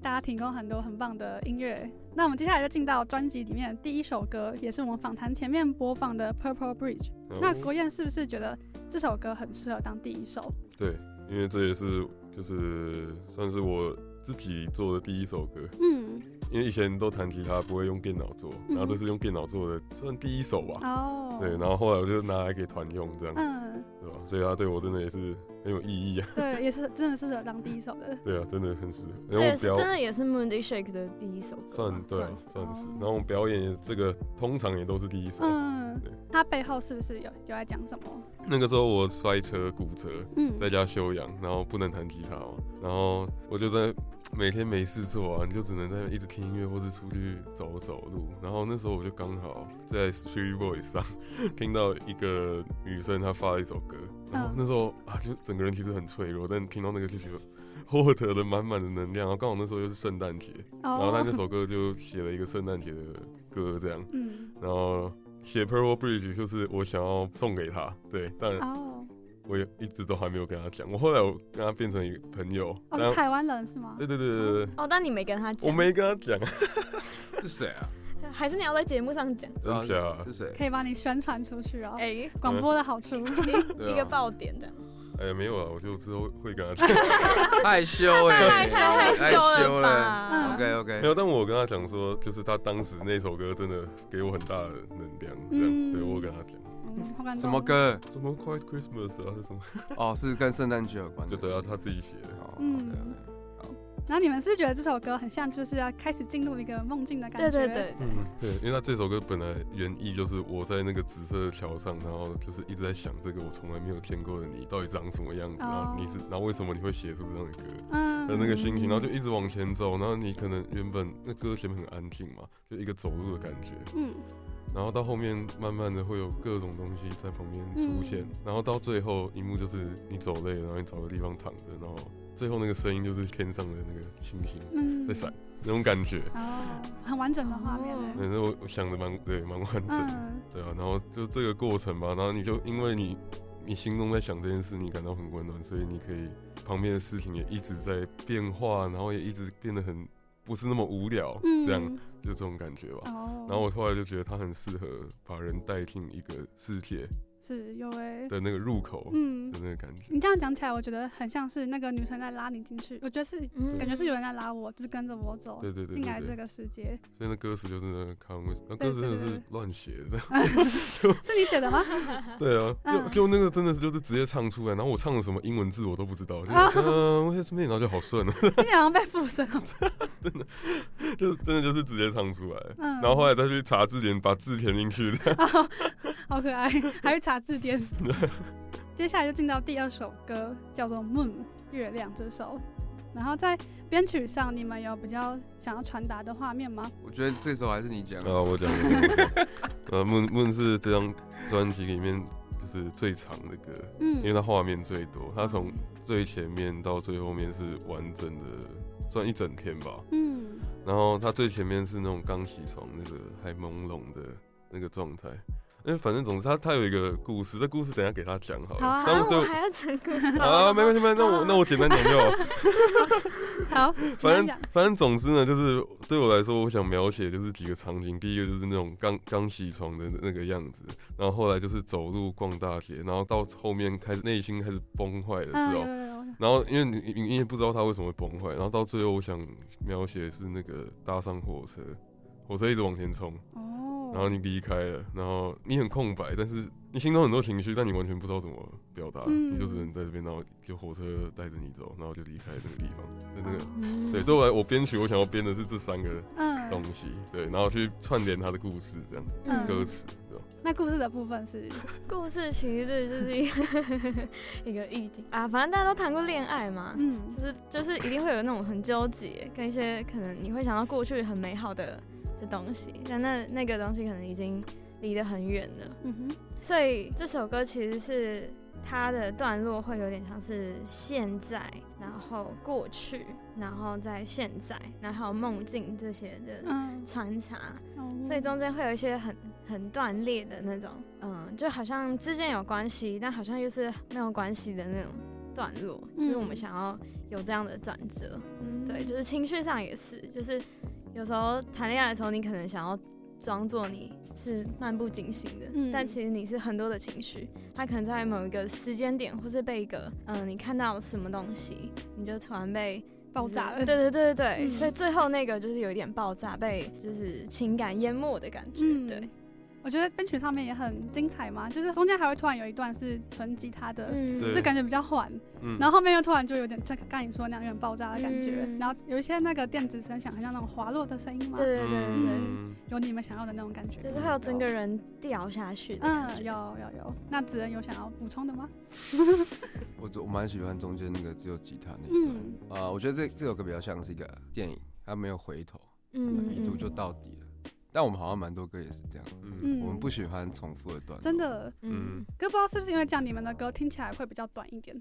S1: 大家提供很多很棒的音乐。那我们接下来就进到专辑里面的第一首歌，也是我们访谈前面播放的《Purple Bridge》。那
S6: 哦
S1: 国燕是不是觉得这首歌很适合当第一首？
S6: 对，因为这也是就是算是我自己做的第一首歌，
S1: 嗯，
S6: 因为以前都弹吉他不会用电脑做，
S1: 嗯
S6: 然后这是用电脑做的，算第一首吧。
S1: 哦，
S6: 对，然后后来我就拿来给团用这样，
S1: 嗯，
S6: 对吧？所以它对我真的也是很有意义啊。
S1: 对，也是真的适合当第一首的。
S6: 对啊，真的很适合。
S7: 这
S6: 然后
S7: 也
S6: 我
S7: 是
S6: 表
S7: 真的也是 Moody Shake 的第一首歌吧，
S6: 算对啊，
S7: 是
S6: 算是
S1: 哦。
S6: 然后我们表演也这个通常也都 是第一首。
S1: 嗯
S6: 对，
S1: 它背后是不是有有在讲什么？
S6: 那个时候我摔车骨折，
S1: 嗯，
S6: 在家休养，然后不能弹吉他嘛，然后我就在每天没事做啊，你就只能在一直听音乐，或是出去走走路。然后那时候我就刚好在 Street Voice 上听到一个女生她发了一首歌，然后
S1: 嗯
S6: 那时候啊，就整个人其实很脆弱，但听到那个就觉得。获得了满满的能量，然后刚好那时候又是圣诞节，然后
S1: 哦
S6: 他那首歌就写了一个圣诞节的歌，这样，
S1: 嗯，
S6: 然后写 Purple Bridge 就是我想要送给他，对，当然
S1: 哦，
S6: 我也一直都还没有跟他讲。我后来我跟他变成一个朋友，
S1: 哦
S6: 但
S1: 是台湾人是吗？
S6: 对对对对对对，
S7: 哦，但你没跟他
S6: 我
S7: 讲，
S6: 没跟他讲，啊
S5: 是谁啊？
S7: 还是你要在节目上讲？
S6: 真假啊
S5: 是？谁？
S1: 可以帮你宣传出去哦，
S7: 哎，
S1: 广播的好处。
S5: 对啊
S7: 一个爆点的，
S6: 哎呀，没有啊，我就之后会跟他讲。
S5: 害羞哎，
S7: 太害羞了嗯
S5: 了。
S1: 嗯
S7: 吧？
S5: OK
S6: 没
S5: OK，
S6: 有，但我跟他讲说，就是他当时那首歌真的给我很大的能量，这样。
S1: 嗯
S6: 对我有跟他讲，
S1: 嗯，好感动。
S5: 什么？歌？
S6: 什么 Quiet Christmas 啊，还是什么？
S5: 哦，是跟圣诞节有关的。
S6: 就对啊，他自己写的。
S5: 哦
S1: 嗯
S5: OK OK，
S1: 然后你们是觉得这首歌很像，就是要开始进入一个梦境的感
S7: 对
S1: 觉？
S7: 对对，对
S6: 嗯，对，因为他这首歌本来原意就是我在那个紫色的桥上，然后就是一直在想这个我从来没有见过的你到底长什么样子，然后你是，然后为什么你会写出这样的歌？的
S1: 嗯，
S6: 那个心情，然后就一直往前走，然后你可能原本那歌前面很安静嘛，就一个走路的感觉，
S1: 嗯，
S6: 然后到后面慢慢的会有各种东西在旁边出现，
S1: 嗯
S6: 然后到最后一幕就是你走累了，然后你找个地方躺着，然后最后那个声音就是天上的那个星星
S1: 嗯
S6: 在闪，嗯那种感觉，
S1: 哦，很完整的画面
S7: 哦
S1: 呢。
S6: 对，那我我想的蛮对，蛮完整的，
S1: 嗯，
S6: 对啊，然后就这个过程吧，然后你就因为你你心中在想这件事，你感到很温暖，所以你可以旁边的事情也一直在变化，然后也一直变得很不是那么无聊，
S1: 嗯
S6: 这样就这种感觉吧。
S1: 哦，
S6: 然后我后来就觉得它很适合把人带进一个世界
S1: 是有诶，
S6: 的那个入口的
S1: 嗯，
S6: 那个感觉。
S1: 你这样讲起来，我觉得很像是那个女生在拉你进去，我觉得是
S7: 嗯
S1: 感觉是有人在拉我，就是跟着我走
S6: 对对对
S1: 进来
S6: 对
S1: 这
S6: 对，
S1: 个世界，
S6: 所以那歌词就是看我，那
S1: 对
S6: 歌词真的
S1: 对对
S6: 是乱写的，
S1: 是你写的 吗？
S6: 对啊，就
S1: 嗯
S6: 就那个真的是就是直接唱出来，然后我唱的什么英文字我都不知 道，就
S1: 啊
S6: 嗯，我也是没然后就好顺了，
S1: 你好像被附身哦了。
S6: 就真的就是直接唱出来。
S1: 嗯，
S6: 然后后来再去查字典，把字填进去 的。
S1: 哦好可爱，还会查字典。接下来就进到第二首歌，叫做《Moon》月亮这首。然后在编曲上，你们有比较想要传达的画面吗？
S5: 我觉得这首还是你讲。
S6: 啊，我讲，我讲我讲 呃，Moon Moon 是这张专辑里面就是最长的歌，因为
S1: 嗯，
S6: 它画面最多，它从最前面到最后面是完整的，算一整天吧。
S1: 嗯，
S6: 然后它最前面是那种刚起床那个还朦胧的那个状态，因为反正总之他他有一个故事，这故事等一下给他讲好了。
S1: 好啊
S6: 但
S7: 然
S6: 我
S7: 后
S6: 对
S7: 我
S6: 我
S7: 哦还要讲故
S6: 啊，没关系，没关系，那我那我简单讲就好。
S1: 好，
S6: 反
S1: 你要
S6: 正
S1: 讲
S6: 反正总之呢，就是对我来说，我想描写就是几个场景。第一个就是那种刚刚起床的那个样子，然后后来就是走路逛大街，然后到后面开始内心开始崩坏的时候，
S1: 嗯，有有有
S6: 然后因为你你你也不知道他为什么会崩坏，然后到最后我想描写的是那个搭上火车，火车一直往前冲，
S1: 哦，
S6: 然后你离开了，然后你很空白，但是你心中很多情绪，但你完全不知道怎么表达，
S1: 嗯
S6: 你就只能在这边，然后就火车带着你走，然后就离开这个地方，在那个。
S1: 嗯
S6: 对，对我来，我编曲我想要编的是这三个东
S1: 嗯，
S6: 西，对，然后去串联他的故事，这样
S1: 嗯
S6: 歌词，对吧？
S1: 那故事的部分 是
S7: 故事其实就是一个 一个意境啊，反正大家都谈过恋爱嘛，
S1: 嗯
S7: 就是就是一定会有那种很纠结，跟一些可能你会想到过去很美好的的东西，但那那个东西可能已经离得很远了。
S1: 嗯
S7: 所以这首歌其实是它的段落会有点像是现在，然后过去，然后在现在，然后还有梦境这些
S1: 哼
S7: 的
S1: 嗯
S7: 穿插。
S1: 哦，
S7: 所以中间会有一些很很断裂的那种，嗯，就好像之间有关系，但好像又是没有关系的那种段落，
S1: 嗯
S7: 就是我们想要有这样的转折，
S1: 嗯
S7: 对，就是情绪上也是，就是有时候谈恋爱的时候，你可能想要装作你是漫不经心的，
S1: 嗯
S7: 但其实你是很多的情绪，它可能在某一个时间点，或是被一个嗯、你看到什么东西，你就突然被
S1: 爆炸了，
S7: 对对对对对，
S1: 嗯
S7: 所以最后那个就是有一点爆炸，被就是情感淹没的感觉。
S1: 嗯
S7: 对，。
S1: 我觉得编曲上面也很精彩嘛，就是中间还会突然有一段是纯吉他的，
S7: 嗯
S6: 对
S1: 就感觉比较缓，
S6: 嗯，
S1: 然后后面又突然就有点像刚你说那样有点爆炸的感觉，
S7: 嗯
S1: 然后有一些那个电子声响，很像那种滑落的声音嘛，
S7: 对对对对对，
S6: 嗯，
S1: 有你们想要的那种感觉。
S7: 就是会有整个人掉下去的感
S1: 嗯，有
S7: 觉。
S1: 有有。那子仁有想要补充的吗？
S5: 我我蛮喜欢中间那个只有吉他那一段，
S1: 嗯
S5: 啊、我觉得这这首歌比较像是一个电影，它没有回头，
S7: 嗯
S5: 一路就到底了。但我们好像蛮多歌也是这样，
S6: 嗯，
S1: 嗯，
S5: 我们不喜欢重复的段落，
S1: 真，的，
S6: 嗯，
S1: 可不知道是不是因为这样，你们的歌听起来会比较短一 点。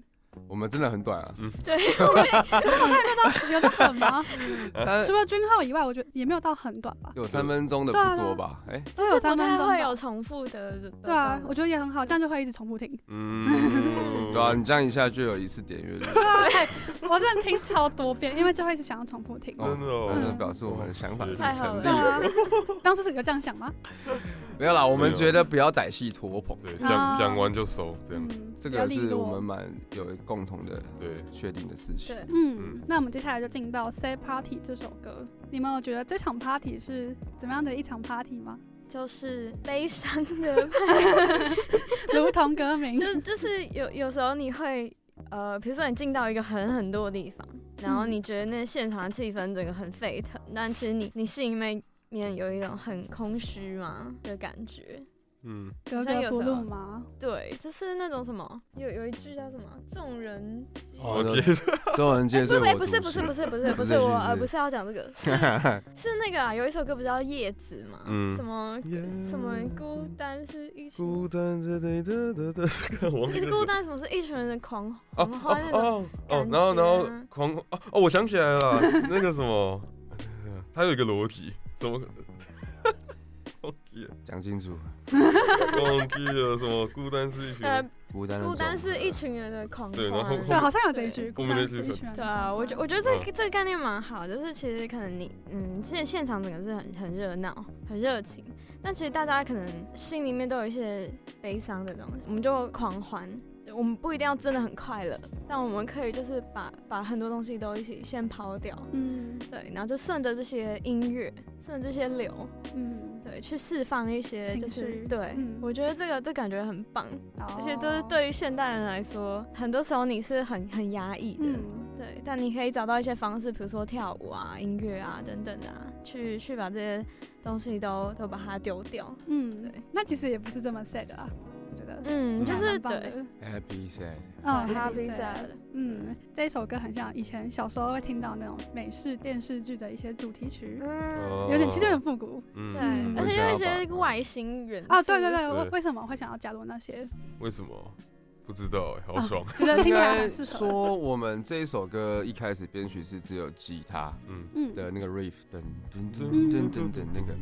S5: 我们真的很短啊。
S7: 对，
S1: 可是好像也没有到有到很 吗？嗯
S5: 三
S1: 除了君浩以外，我觉得也没有到很短吧，
S5: 有三分钟的
S7: 啊
S5: 不多吧？哎、
S1: 都
S7: 就是
S1: 有
S7: 不
S1: 三分
S7: 太
S1: 钟
S7: 会
S1: 吧
S7: 有。重复的的。
S1: 对啊，我觉得也很好，这样就会一直重复听。
S6: 嗯，
S5: 对啊，你这样一下就有一次点阅率，
S1: 对啊，哎我真的听超多遍，因为就会一直想要重复听。
S5: 哦
S6: 真的 哦，
S5: 那就表示我们的想法是
S7: 嗯太好
S5: 成
S7: 了
S5: 立
S1: 对
S5: 的。
S1: 啊，当时是有这样想吗？
S5: 没有啦，我们觉得不要歹戏拖捧，
S6: 对，
S1: 啊
S6: 讲讲完就收，这样，
S1: 嗯，
S5: 这
S1: 比较
S5: 个
S1: 利
S5: 是
S1: 落
S5: 我们蛮有共同的
S6: 对，
S5: 确定的事情。
S7: 对
S1: 嗯
S6: 嗯，
S1: 那我们接下来就进到《Say Party》这首歌。你们有觉得这场 party 是怎么样的一场 party 吗？
S7: 就是悲伤的，就是
S1: 如同歌名，
S7: 就是就是有有时候你会。呃，比如说你进到一个很很多的地方，然后
S1: 嗯
S7: 你觉得那现场的气氛整个很沸腾，但其实你你心里面有一种很空虚嘛的感觉，
S6: 嗯，
S1: 格格不入吗？
S7: 对，就是那种什么，有有一句叫什么“众人
S6: 我
S5: 哦
S6: 接 着，
S5: 周人
S6: 哎
S5: 介
S7: 不
S5: 绍
S7: 是
S5: 我
S7: 不是不是不
S5: 是，
S7: 是不 是不
S5: 不是
S7: 是我
S5: 不是
S7: 呃不是要讲这个，是是那个啊，有一首歌不叫《叶子》嘛，
S6: 嗯
S7: 什么什么孤单是一群，
S6: 孤单这对的的的，这个我忘记
S7: 一
S6: 了
S7: 是孤单什么是一群人的狂
S6: 哦
S7: 狂
S6: 哦
S7: 欢那种，
S6: 哦哦，然后然后狂哦哦，我想起来了，那个什么，他有一个逻辑，什么 忘记了
S5: 讲清楚，
S6: 忘记了什么孤单是一群
S7: 呃
S6: 人，
S5: 孤单的
S7: 孤单
S5: 种
S7: 是
S5: 合
S7: 一群人的狂
S6: 对然后
S7: 欢
S1: 对，
S6: 我。
S1: 好像有这一句。
S6: 我们
S1: 孤
S6: 的
S1: 单是一群人
S7: 对啊，我觉我觉得这个这个概念蛮好，就是其实可能你，嗯，现现场整个是很很热闹、很热情，但其实大家可能心里面都有一些悲伤的东西，我们就狂欢，我们不一定要真的很快乐，但我们可以就是把把很多东西都一起先抛掉，
S1: 嗯
S7: 对，然后就顺着这些音乐，顺着这些流，
S1: 嗯，
S7: 对，去释放一些
S1: 情
S7: 就是
S1: 绪
S7: 对，
S1: 嗯哦
S7: 我觉得这个这感觉很棒，而
S1: 而
S7: 且就是，对于现代人来说，很多时候你是很很压抑的。
S1: 嗯，
S7: 对，但你可以找到一些方式，比如说跳舞啊、音乐啊等等的啊，去去把这些东西都都把它丢掉。
S1: 嗯
S7: 对，
S1: 那其实也不是这么 sad 啊，我觉得。
S7: 嗯，就
S1: 还
S7: 是
S1: 蛮棒
S7: 对，
S1: 的，
S5: happy sad，
S1: 嗯
S7: 对 happy
S1: sad，
S7: sad，
S1: 嗯，这一首歌很像以前小时候会听到那种美式电视剧的一些主题曲，
S7: 嗯，
S1: 有点其实有点复古
S6: 哦嗯
S1: 嗯
S7: 对，而且有一些外星元素
S1: 啊。对对对，
S6: 对
S1: 为为什么会想要加入那些？啊
S6: 为什么？不知道哎、好爽。
S1: 觉得听
S5: 应
S1: 起来
S5: 该
S1: 很适合。
S5: 说我们这一首歌一开始编曲是只有吉他
S6: 嗯，
S1: 嗯，
S5: 的那个 riff，噔噔
S1: 嗯
S5: 噔噔噔噔那个。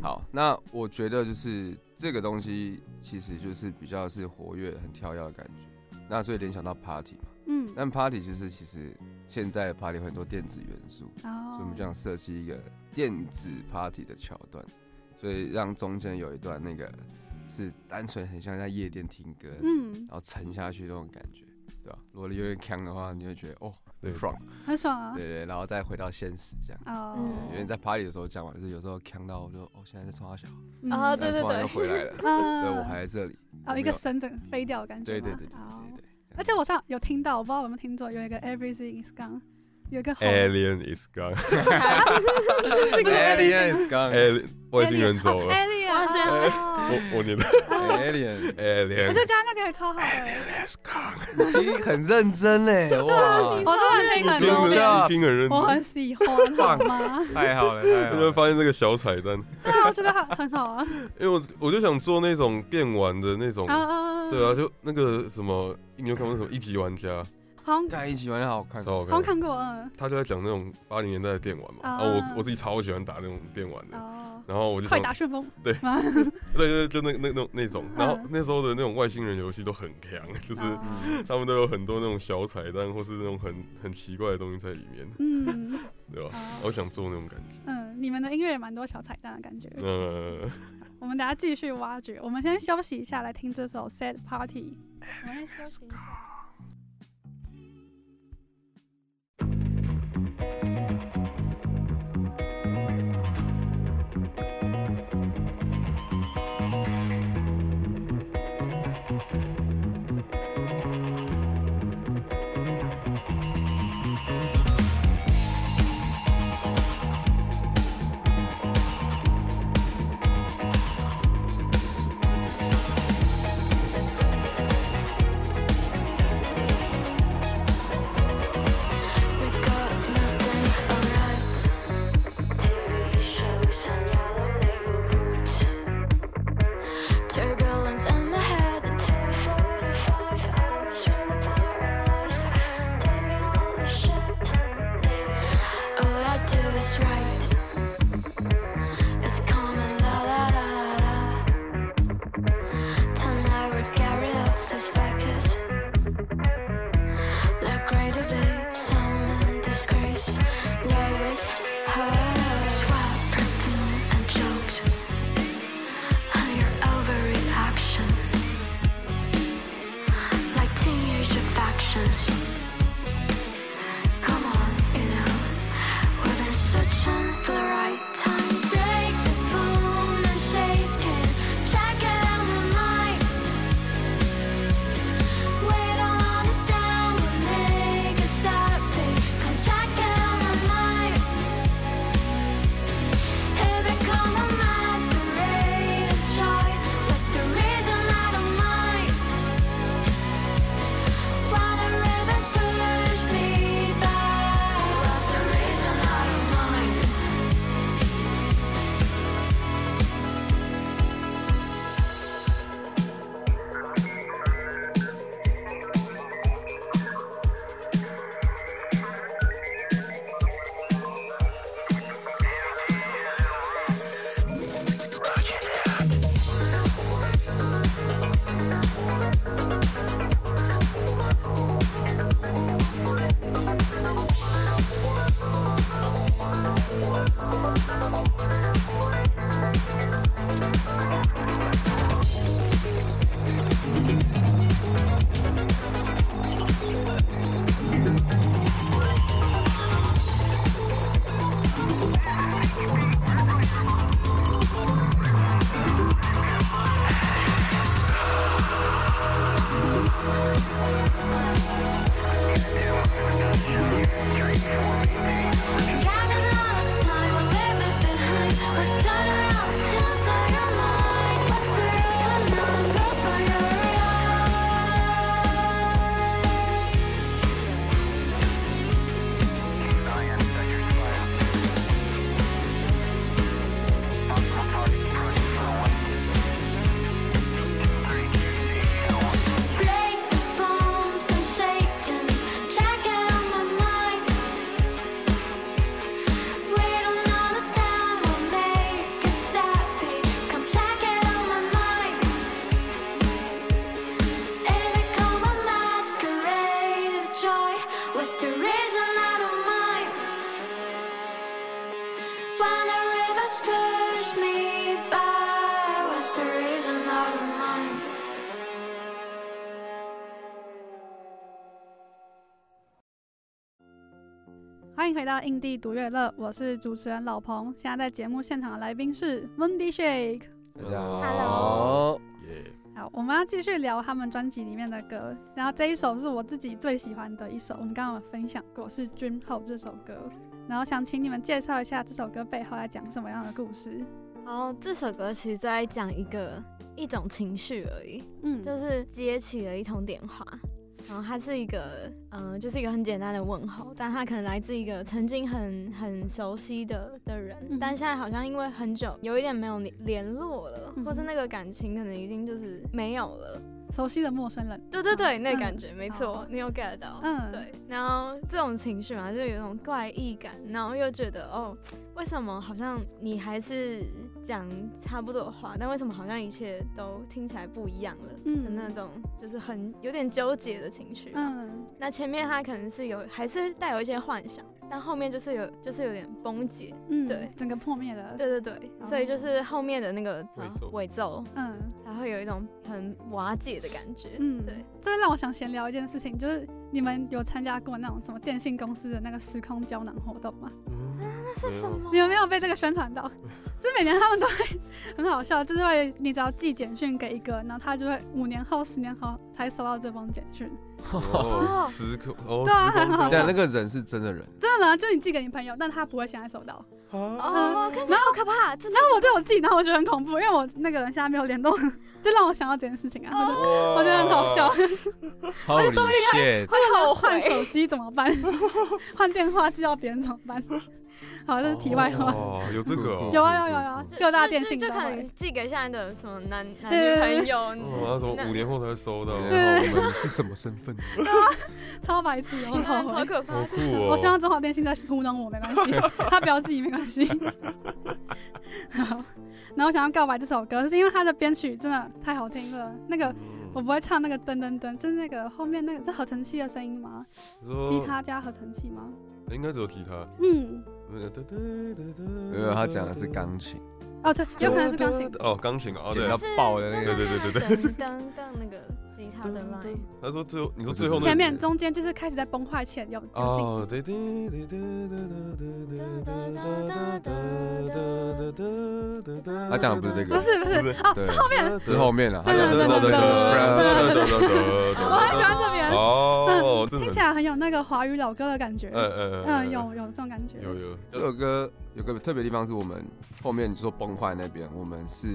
S5: 好，那我觉得就是这个东西其实就是比较是活跃、很跳跃的感觉。那所以联想到 party 嘛，
S1: 嗯，
S5: 但 party 就是其实现在的 party 有很多电子元素，所以我
S1: 哦
S5: 们，这样设计一个电子 party 的桥段，所以让中间有一段那个是单纯很像在夜店听歌，
S1: 嗯
S5: 然，后沉下去那种感觉，对吧、如果你有点强的话，你就觉得哦
S6: 对
S5: 爽，
S1: 很爽啊
S5: 对。对，然后再回到现实这样。
S1: 哦，
S7: 嗯
S5: 因为在 party 的时候讲完，就是有时候强到我就哦，现在在冲他小，
S1: 嗯
S7: 啊对
S5: 但突然又回来了，
S1: 嗯
S5: 对，我还在这里。
S1: 哦，一个神整飞掉的感觉
S5: 对
S1: 吗。
S5: 对对对
S1: 哦
S5: 对对对。
S1: 而且我上有听到，我不知道有没有听错，有一个 Everything is gone，有一个
S6: 哎
S1: 吼
S6: Alien is gone，Alien
S1: 不是
S5: Alien is gone.
S6: 外星人走了。
S1: Alien，
S7: 外星
S1: 哦
S7: 人
S6: 我我年代
S5: Alien，
S1: 我
S6: Alien
S1: 就加那个也超好的，
S6: is gone，
S5: 你其实很认真嘞，哇，
S1: 我真的听很
S6: 真
S1: 多
S5: 你真
S1: 遍，
S5: 的
S6: 的听很认
S1: 我
S6: 真，
S1: 很喜欢，好吗？
S5: 太好了，太
S6: 就会。发现这个小彩蛋，
S1: 对啊，我觉得很很好啊。
S6: 因为我我就想做那种电玩的那种
S1: 啊，啊，
S6: 对
S1: 啊，
S6: 啊，就那个什么，你有看过什么一级玩家，
S1: 好像
S5: 盖一起玩好好看，
S6: 超好
S1: 好像
S6: 看。
S1: 看过，嗯，
S6: 他就在讲那种八零年代的电玩嘛，
S1: 啊
S6: 啊，我我自己超喜欢打那种电玩的，
S1: 哦，
S6: 然后我就
S1: 快
S6: 想，
S1: 打旋风，
S6: 对
S1: 吗，
S6: 对对，就那那那那种，然后
S1: 嗯
S6: 那时候的那种外星人游戏都很强，就是
S1: 哦
S6: 他们都有很多那种小彩蛋或是那种很很奇怪的东西在里面，
S1: 嗯
S6: 对吧？
S1: 哦
S6: 我想做那种感觉，
S1: 嗯，你们的音乐也蛮多小彩蛋的感觉。
S6: 呃，
S1: 我们等下继续挖掘，我们先休息一下，来听这首 Sad Party。我们先休息一下。
S9: Thank me by. What's the reason I don't mind?
S1: 《欢迎回到印地独乐乐》，我是主持人老彭。现在在节目现场的来宾是 Wendy Shake。
S5: 大家好
S6: Hello 耶，
S1: 好，我们要继续聊他们专辑里面的歌，然后这一首是我自己最喜欢的一首，我们刚刚有分享过是《君后》这首歌，然后想请你们介绍一下这首歌背后在讲什么样的故事。
S7: 然后这首歌其实在讲一个一种情绪而已，
S1: 嗯，
S7: 就是接起了一通电话，然后它是一个，嗯、就是一个很简单的问候，但它可能来自一个曾经很很熟悉的的人，
S1: 嗯
S7: 但现在好像因为很久有一点没有联联络了，
S1: 嗯
S7: 或是那个感情可能已经就是没有了，
S1: 熟悉的陌生人，
S7: 对对对，那个
S1: 嗯
S7: 感觉、没错
S1: 好，
S7: 你有 get 到，
S1: 嗯
S7: 哦对，然后这种情绪嘛，就有一种怪异感，然后又觉得哦，为什么好像你还是讲差不多的话，但为什么好像一切都听起来不一样了？
S1: 嗯
S7: 的那种就是很有点纠结的情绪。嗯，
S1: 嗯
S7: 那前面他可能是有还是带有一些幻想，但后面就是有就是有点崩解。
S1: 嗯，
S7: 对
S1: 整个破灭了，
S7: 对对对，
S1: 哦
S7: 所以就是后面的那个
S6: 尾奏
S7: 啊尾奏，
S1: 嗯
S7: 它会有一种很瓦解的感觉。
S1: 嗯，
S7: 对。
S1: 这边让我想闲聊一件事情，就是你们有参加过那种什么电信公司的那个时空胶囊活动吗？
S6: 那
S7: 是什？么
S1: 你？们没有被这个宣传到？ 就每年他们都会很好笑，就是会你只要寄简讯给一个，然后他就会五年后、十年后才收到这封简讯。
S6: 哦，时空哦，
S1: 对啊
S6: 时空
S1: 很好
S5: 对，
S6: 胶
S5: 那个人是真的人，
S1: 真的吗？就你寄给你朋友，但他不会现在收到。嗯
S6: 囊啊
S7: 哦，可是好可怕，真的
S1: 然后我就有寄，然后我觉得很恐怖，因为我那个人现在没有联络， 就让我想到这件事情啊，我
S7: 哦
S1: 就
S6: 我
S1: 我觉得很好笑。
S5: 好理解，
S7: 会后
S1: 换
S7: 悔。
S1: 手机怎么办？换电话寄到别人怎么办？好，这是题外话。
S6: 哦，有这个哦
S1: 有啊有有有啊，
S7: 就
S1: 六大
S7: 就
S1: 电信
S7: 就
S1: 都
S7: 就可能
S1: 会。
S7: 寄给现在的什么男
S1: 对
S7: 男
S1: 对对
S7: 女朋友，嗯
S6: 哦，他说
S7: 那
S6: 五年后才会收到，
S5: 然后我们是什么身份？
S1: 超白痴的，我很后
S7: 超
S1: 悔。
S7: 可怕
S6: 好
S7: 的。
S6: 酷哦！
S1: 我希望中华电信在糊弄我，没关 系，他不要记没关系。好，然后我想要告白这首歌，是因为它的编曲真的太好听了。那个
S6: 嗯
S1: 我不会唱那个噔噔噔，就是那个后面那个是合成器的声音吗？
S6: 说
S1: 吉他加合成器吗？
S6: 应该只有吉他，
S1: 嗯，
S5: 没有，他讲的是钢琴，
S1: 哦对，有可能是钢琴。
S6: 哦，钢琴哦，
S5: 剪
S6: 对
S5: 到，爆的那
S7: 对
S5: 个。
S7: 对
S6: 对
S7: 对
S6: 对
S7: 对对，当当那个吉他的 line，
S6: 他说最后你说最后那
S1: 前面中间就是开始在崩坏前有有进，
S6: 哦，对对对对对对对对，
S5: 他讲的不是这
S1: 不
S5: 个，
S1: 是不是
S6: 不
S1: 哦，
S5: 对
S1: 是后面 的。
S5: 是后面啊，他
S1: 对
S5: 讲的
S1: 对对
S5: 是
S1: 对对对我很喜欢这边，嗯
S6: 哦，
S1: 听起来很有那个华语老歌的感觉。
S6: 嗯嗯
S1: 嗯，有有这种感觉。
S6: 有有
S5: 这首歌有个特别地方是我们后面你说崩坏那边，我们是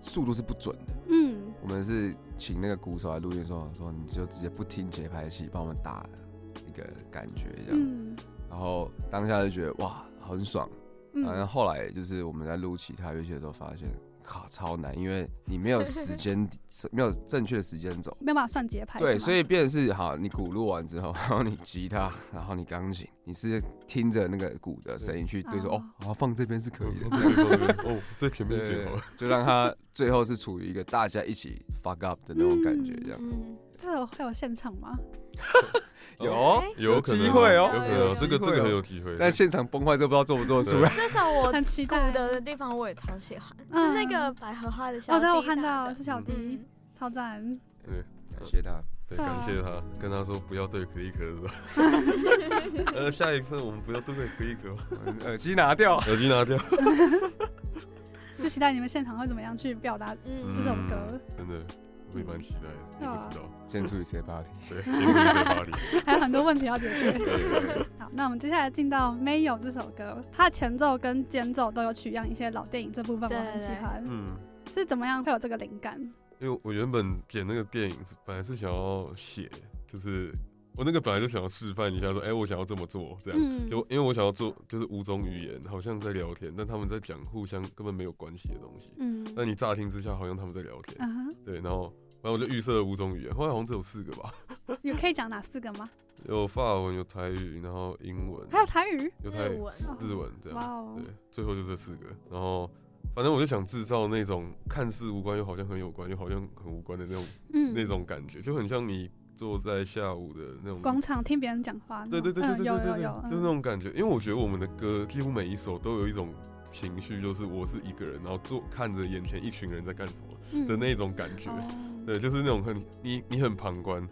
S5: 速度是不准的，
S1: 嗯，
S5: 我们是请那个鼓手来录音说说你就直接不听节拍器，帮我们打一个感觉这样，
S1: 嗯
S5: 然后当下就觉得哇很爽，反正
S1: 嗯，
S5: 后来就是我们在录其他乐器的时候发现。靠，超难，因为你没有时间， 没有正确的时间走，
S1: 没有办法算节拍。
S5: 对，所
S1: 以
S5: 以变成是好，你鼓录完之后，然后你吉他，然后你钢琴，你是听着那个鼓的声音去对说，
S1: 哦
S5: 哦，好放这边是可以的，
S6: 哦，最前面一
S5: 对
S6: 点好了，，
S5: 就让他最后是处于一个大家一起 fuck up 的那种感觉，这样
S7: 嗯，
S1: 这首会有现场吗？
S5: 有，哦
S6: 有可能有可能这个这个很有机会，哦
S5: 但现场崩坏之后不知道做不做得出来，
S7: 这首我
S1: 很期待
S7: 鼓。的地方我也超喜欢，
S1: 嗯
S7: 是那个百合花的小
S1: 哦，
S7: 滴
S1: 对，
S7: 答
S1: 我看到
S7: 的
S1: 是小迪
S7: 嗯，，
S1: 超赞。
S5: 感谢他，
S6: 对，
S1: 啊
S6: 感谢他，跟他说不要对可一可 是吧？呃，下一份我们不要对可一可，
S5: 耳机拿 掉，
S6: 耳机拿掉，
S1: 就期待你们现场会怎么样去表达
S7: 嗯
S1: 这首歌，
S6: 真的我也蛮期待的，我不知道，
S1: 嗯
S5: 先处理谁 party，
S6: 对，
S1: 哦
S6: 先从这 巴黎，
S1: 还有很多问题要解决。
S6: 对，
S1: 好，那我们接下来进到《没有》这首歌，它的前奏跟间奏都有取样一些老电影这部分，我
S7: 对
S1: 很喜欢。
S6: 嗯。
S1: 是怎么样会有这个灵感？
S6: 因为我原本剪那个电影是本来是想要写，就是我那个本来就想要示范一下说，哎、我想要这么做这样。
S1: 嗯
S6: 就因为我想要做，就是五种语言，好像在聊天，但他们在讲互相根本没有关系的东西。
S1: 嗯
S6: 那你乍听之下，好像他们在聊天，
S1: 嗯哼，
S6: 对。然后，反正我就预设了五种语言，后来好像只有四个吧，
S1: 你可以讲哪四个 吗？
S6: 有法文，有台语，然后英文，
S1: 还有台语。
S6: 有台
S7: 日文
S6: 日文这样。
S1: 哇哦
S6: 对，，最后就这四个。然后，反正我就想制造那种看似无关又好像很有关，又好像很无关的那种那
S1: 嗯，
S6: 种感觉，就很像你坐在下午的那种。
S1: 广场听别人讲话。
S6: 对对对对对
S1: 嗯
S6: 对
S1: 有
S6: 对
S1: 有
S6: 对，
S1: 有，
S6: 就是那种感觉。因为我觉得我们的歌几乎每一首都有一种情绪，就是我是一个人，然后坐看着眼前一群人在干什么
S1: 嗯
S6: 的那种感觉。
S1: 哦
S6: 对，就是那种很你你很旁观，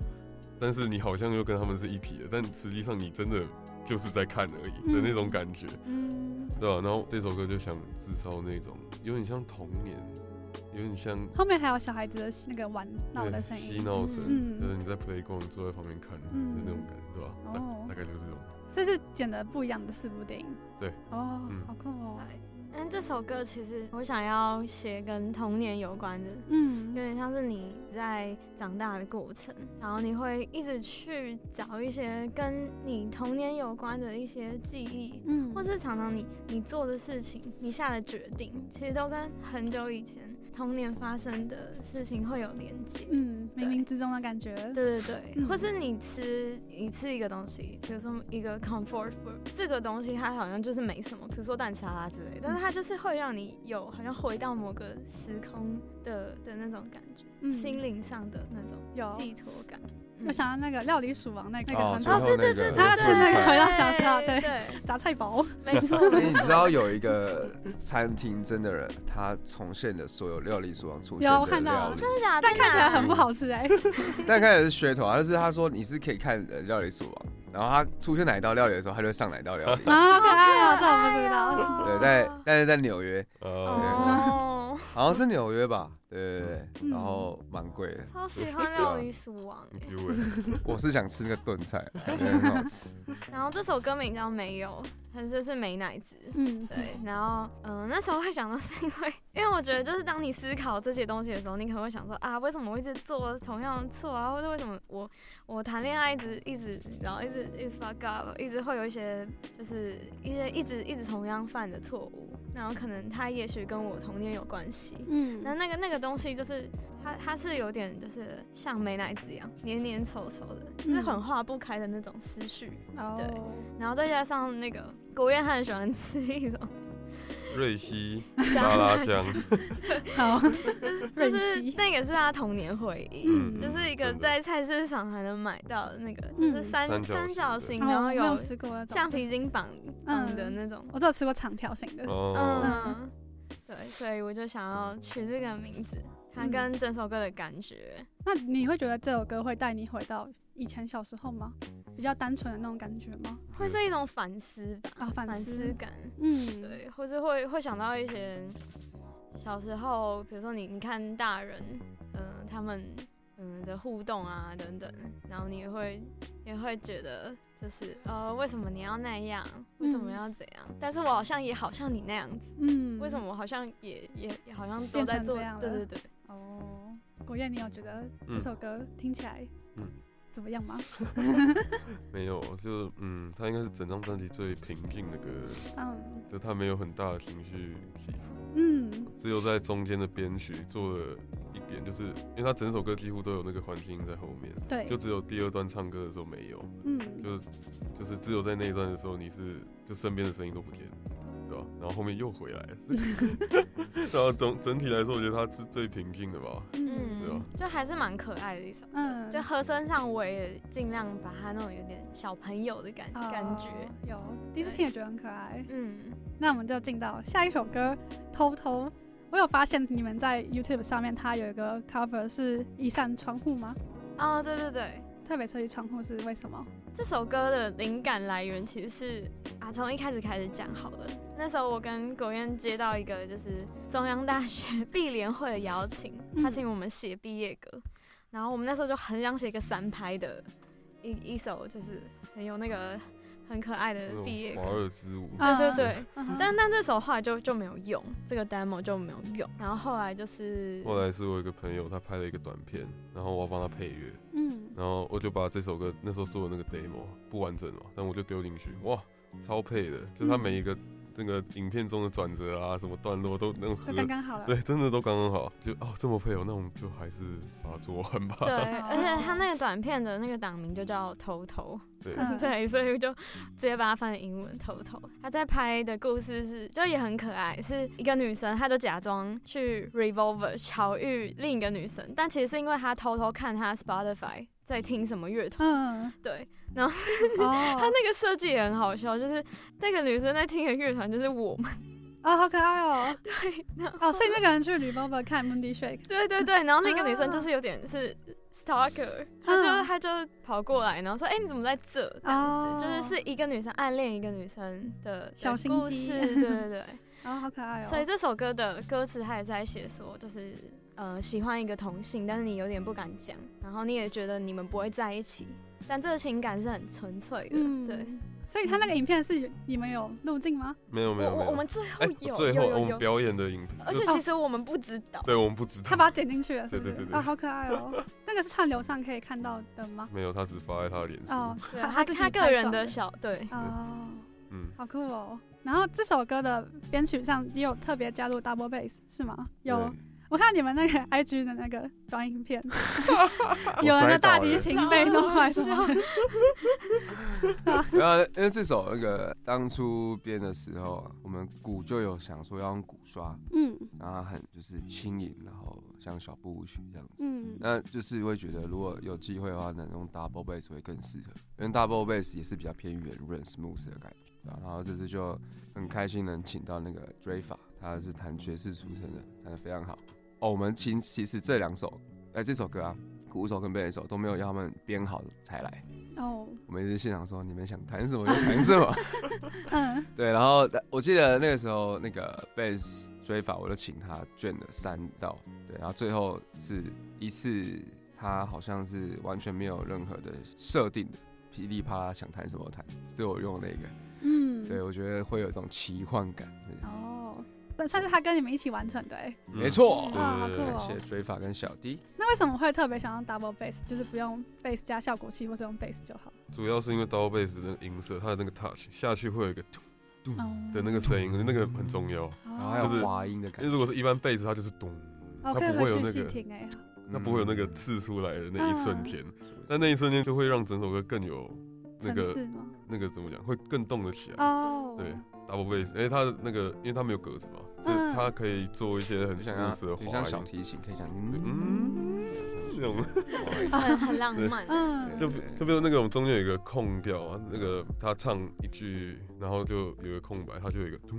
S6: 但是你好像又跟他们是一体的，但实际上你真的就是在看而已的那种感觉，
S1: 嗯，
S6: 对吧、然后这首歌就想制造那种有点像童年，有点像
S1: 后面还有小孩子的那个玩闹的
S6: 对
S1: 声
S6: 嬉
S1: 音，
S6: 闹声，
S1: 嗯
S6: 就是你在 playground 坐在旁边看的
S1: 嗯
S6: 那种感觉，对吧、大
S1: 哦
S6: 大概就是这种。
S1: 这是剪的不一样的四部电影。
S6: 对，
S1: 哦，
S6: 嗯
S1: 好酷哦，
S7: 但嗯这首歌其实我想要写跟童年有关的，有
S1: 嗯，
S7: 点像是你在长大的过程，然后你会一直去找一些跟你童年有关的一些记忆，
S1: 嗯，
S7: 或是常常你你做的事情，你下的决定，其实都跟很久以前童年发生的事情会有连接。
S1: 嗯，冥
S7: 对
S1: 冥之中的感觉，
S7: 对对对，
S1: 嗯
S7: 或是你吃你吃一个东西，比如说一个 comfort food，这个东西它好像就是没什么，比如说蛋沙拉之类，但是它就是会让你有好像回到某个时空的的那种感觉，
S1: 嗯
S7: 心灵上的那种
S1: 有。
S7: 寄托感。嗯
S1: 我想到那个料理鼠王那个
S5: 哦
S1: 很
S5: 最后
S1: 好
S5: 那个
S1: 他吃那个
S5: 回
S1: 回到小时候，
S7: 对
S1: 对，
S7: 对，
S1: 杂菜包，
S7: 没 错
S5: 因为
S7: 没
S5: 哎你知
S7: 错。
S5: 道有一个餐厅真的人，他重现了所有料理鼠王出现
S1: 有我
S5: 的
S1: 看到
S5: 料理，
S7: 真的假的？
S1: 但 看起来
S7: 真的啊
S1: 很不好吃 哎。
S5: 但开始是噱头啊，就是他说你是可以看呃料理鼠王，然后他出现哪一道料理的时候，他就会上哪一 道料理。
S1: 啊，可爱哦，
S7: 可
S1: 这我不知
S7: 爱
S1: 道。
S7: 哦
S5: 对，在但是在纽约，
S6: 呃，
S7: 哦，
S5: 好像是纽约吧？对对对
S1: 嗯
S5: 对，然后蛮贵的。
S7: 超喜欢料理鼠王欸。
S6: 结尾
S5: 我是想吃那个炖菜，哎感觉很好吃。
S7: 然后这首歌名叫《没有》，它就是美乃滋。
S1: 嗯，
S7: 对， 然后嗯、呃那时候会想到是因为，因为我觉得就是当你思考这些东西的时候，你可能会想说啊，为什么我一直做同样的错啊，或者为什么我我谈恋爱一直一直，然后一直一直 fuck up，一直会有一些就是一些一直一直同样犯的错误，然后可能他也许跟我童年有关系。
S1: 嗯
S7: 那那个那个东西就是它，它是有点就是像美乃滋一样黏黏稠稠的，就是很化不开的那种思绪。
S1: 哦，
S7: 然后再加上那个国宴，他很喜欢吃一种
S6: 瑞希沙拉酱，
S1: 好，
S7: 就
S1: 润
S7: 是
S1: 熙
S7: 那个是他童年回忆，
S1: 嗯
S7: 就是一个
S6: 真的
S7: 在菜市场还能买到的那个，就
S1: 嗯
S7: 是三、
S6: 三角
S7: 三角
S6: 形
S7: 形，
S1: 哦
S7: 然
S1: 我
S7: 后
S1: 没有
S7: 有
S1: 吃过那种
S7: 橡，皮筋绑绑的
S1: 嗯
S7: 那种，
S1: 我只有吃过长条形的。
S6: 哦，
S7: 嗯，对，所以我就想要取这个名字，
S1: 嗯
S7: 它跟整首歌的感觉，
S1: 那你会觉得这首歌会带你回到以前小时候吗？比较单纯的那种感觉吗？
S7: 会是一种反思吧，
S1: 啊，反
S7: 反思
S1: 思，
S7: 感，
S1: 嗯，
S7: 对，或是会会想到一些小时候，比如说你你看大人，嗯、他们嗯、的互动啊等等，然后你也会也会觉得就是呃为什么你要那样，为什么
S1: 嗯
S7: 要怎样？但是我好像也好像你那样子，
S1: 嗯，
S7: 为什么？我好像也也也好像都
S1: 变
S7: 在
S1: 成
S7: 做
S1: 这样，
S7: 对
S1: 了
S7: 对对，
S1: 哦，国燕，你有觉得这首歌听起来，
S6: 嗯
S1: 怎么样吗？
S6: 没有，就嗯，他应该是整张专辑最平静的歌，
S1: 嗯
S6: 就他没有很大的情绪起伏。
S1: 嗯
S6: 只有在中间的编曲做了一点，就是因为他整首歌几乎都有那个环境音在后面，
S1: 对
S6: 就只有第二段唱歌的时候没有，
S1: 嗯
S6: 就就是只有在那一段的时候你是就身边的声音都不见了，对吧？然后后面又回来了， 然后总整体来说，我觉得他是最平静的吧，
S1: 嗯
S6: 对啊
S7: 嗯，就还是蛮可爱的一首歌。
S1: 嗯，
S7: 就和声上，我也尽量把它那种有点小朋友的感
S1: 哦
S7: 感觉，
S1: 有，第一次
S7: 对
S1: 听也觉得很可爱。
S7: 嗯，
S1: 那我们就进到下一首歌《偷偷》。我有发现你们在 YouTube 上面，它有一个 cover 是一扇窗户吗？
S7: 哦，对对对，
S1: 特别设计窗户是为什么？
S7: 这首歌的灵感来源其实是啊，从一开始开始讲好了。那时候我跟狗燕接到一个就是中央大学 毕联会的邀请，
S1: 嗯
S7: 他请我们写毕业歌，然后我们那时候就很想写一个三拍的一一首，就是很有那个很可爱的
S6: 那种
S7: 毕业歌
S6: 华。尔兹舞，
S1: 啊
S7: 对对对，
S1: 嗯哼
S7: 但但这首后来就就没有用，这个 demo 就没有用。然后后来就是
S6: 后来是我有一个朋友，他拍了一个短片，然后我要帮他配乐，
S1: 嗯，
S6: 然后我就把这首歌那时候做的那个 demo 不完整嘛，但我就丢进去，哇，超配的，就
S1: 嗯
S6: 它每一个那个影片中的转折啊，什么段落都能合
S1: 就，刚刚好了。
S6: 对，真的都刚刚好，就哦这么配哦，那我们就还是把它做完吧。
S7: 对，而且他那个短片的那个档名就叫《头头》。
S6: 对，
S1: 嗯
S7: 对，所以我就直接把它翻成英文头头。他在拍的故事是，就也很可爱，是一个女生，她就假装去 Revolver 巧遇另一个女生，但其实是因为她偷偷看她 Spotify 在听什么乐团。
S1: 嗯，
S7: 对，
S1: 哦，
S7: 她那个设计也很好笑，就是那个女生在听的乐团就是我们，
S1: 哦，好可爱哦！
S7: 对，然后
S1: 哦，所以那个人去吕包包看 Moon Shake，
S7: 对对对，然后那个女生就是有点是 stalker，她就
S1: 嗯
S7: 她就跑过来，然后说：“哎，你怎么在这？”这样
S1: 哦
S7: 子，就是是一个女生暗恋一个女生的的
S1: 小心
S7: 故
S1: 机
S7: 事，对对对。
S1: 哦，好可爱哦。
S7: 所以这首歌的歌词他也在写说，就是呃喜欢一个同性，但是你有点不敢讲，然后你也觉得你们不会在一起，但这个情感是很纯粹的。
S1: 嗯
S7: 对，
S1: 所以他那个影片是有你们有路径吗？
S6: 没有
S7: 我
S6: 没有没
S7: 我我
S6: 有
S7: 们，最后
S6: 哎
S7: 有、
S6: 最后
S7: 有
S6: 我
S7: 有
S6: 们
S7: 有，
S6: 表演的影片，
S7: 而且
S1: 哦
S7: 其实我们不知道，
S6: 对我们不知道，
S1: 他把它剪进去了，是不是？
S6: 对对对对
S1: 哦，好可爱哦。那个是串流上可以看到的吗？
S6: 没有，他只发在他的脸
S1: 哦
S6: 上，，
S7: 对啊
S1: 他
S7: 他
S1: 自己拍
S7: 他个人
S1: 爽
S7: 的小 对。
S1: 哦，
S6: 嗯，
S1: 好酷哦。然后这首歌的编曲上也有特别加入 double bass 是吗？有，
S6: 嗯
S1: 我看你们那个 IG 的那个短影 片，有人的大提琴被弄坏是吗？
S5: 然后啊因为这首那个当初编的时候啊，我们鼓就有想说要用鼓刷，
S1: 嗯
S5: 然后它很就是轻盈，然后像小步舞曲这样子。
S1: 嗯
S6: 呃
S5: 那就是会觉得，如果有机会的话，能用 double bass 会更适合，因为 double bass 也是比较偏圆润 smooth 的感觉。对啊然后这次就很开心能请到那个 Drafa，他是弹爵士出身的，弹得非常好。哦，我们其其实这两首，哎、这首歌啊，鼓手跟贝斯手都没有要他们编好才来，
S1: 哦
S5: 我们也是现场说你们想弹什么就弹什么。
S1: 嗯
S5: 对，然后我记得那个时候那个 bass 追法，我就请他卷了三道，对，然后最后是一次他好像是完全没有任何的设定的，噼里啪啦想弹什么弹，最后我用那个，
S1: 嗯，
S5: 对我觉得会有一种奇幻感，对
S1: 哦，那算是他跟你们一起完成的欸。
S5: 没错
S6: 嗯，
S1: 哇，好
S6: 对
S1: 酷
S6: 对
S5: 感谢
S1: 哦！
S5: 追法跟小迪，
S1: 那为什么会特别想用 double bass，就是不用 bass 加效果器，或者用 bass 就好？哦
S6: 主要是因为刀贝斯的音色，它的那个 touch 下去会有一个咚
S1: 哦，
S6: 的嗯那个声音，那个很重要。
S5: 然后还有
S6: 就是
S5: 滑音的
S6: 因
S5: 感
S6: 为
S5: 觉，
S6: 如果是一般贝斯，它就是咚，它
S1: 哦，可以
S6: 不会有
S1: 回去
S6: 那
S1: 细
S6: 个，
S1: 听哎，
S6: 它不会有那个刺出来的那一瞬间。
S5: 嗯，
S6: 但那一瞬间就会让整首歌更有那
S1: 层
S6: 个
S1: 次吗？
S6: 那个怎么讲，会更动得起来。
S1: 哦，
S6: 对，double bass，哎，它的那个，因为它没有格子嘛，所以
S1: 嗯
S6: 它可以做一些很
S5: 你
S6: 舒
S5: 想要
S6: 适的
S5: 你像
S6: 滑
S5: 小
S6: 音，
S5: 提琴可以讲，
S6: 嗯
S5: 嗯，
S6: 那种
S7: 很很浪漫，
S1: 嗯，
S6: 就就比如那种中间有一个空掉啊，那个他唱一句，然后就有一个空白，他就有一个咚，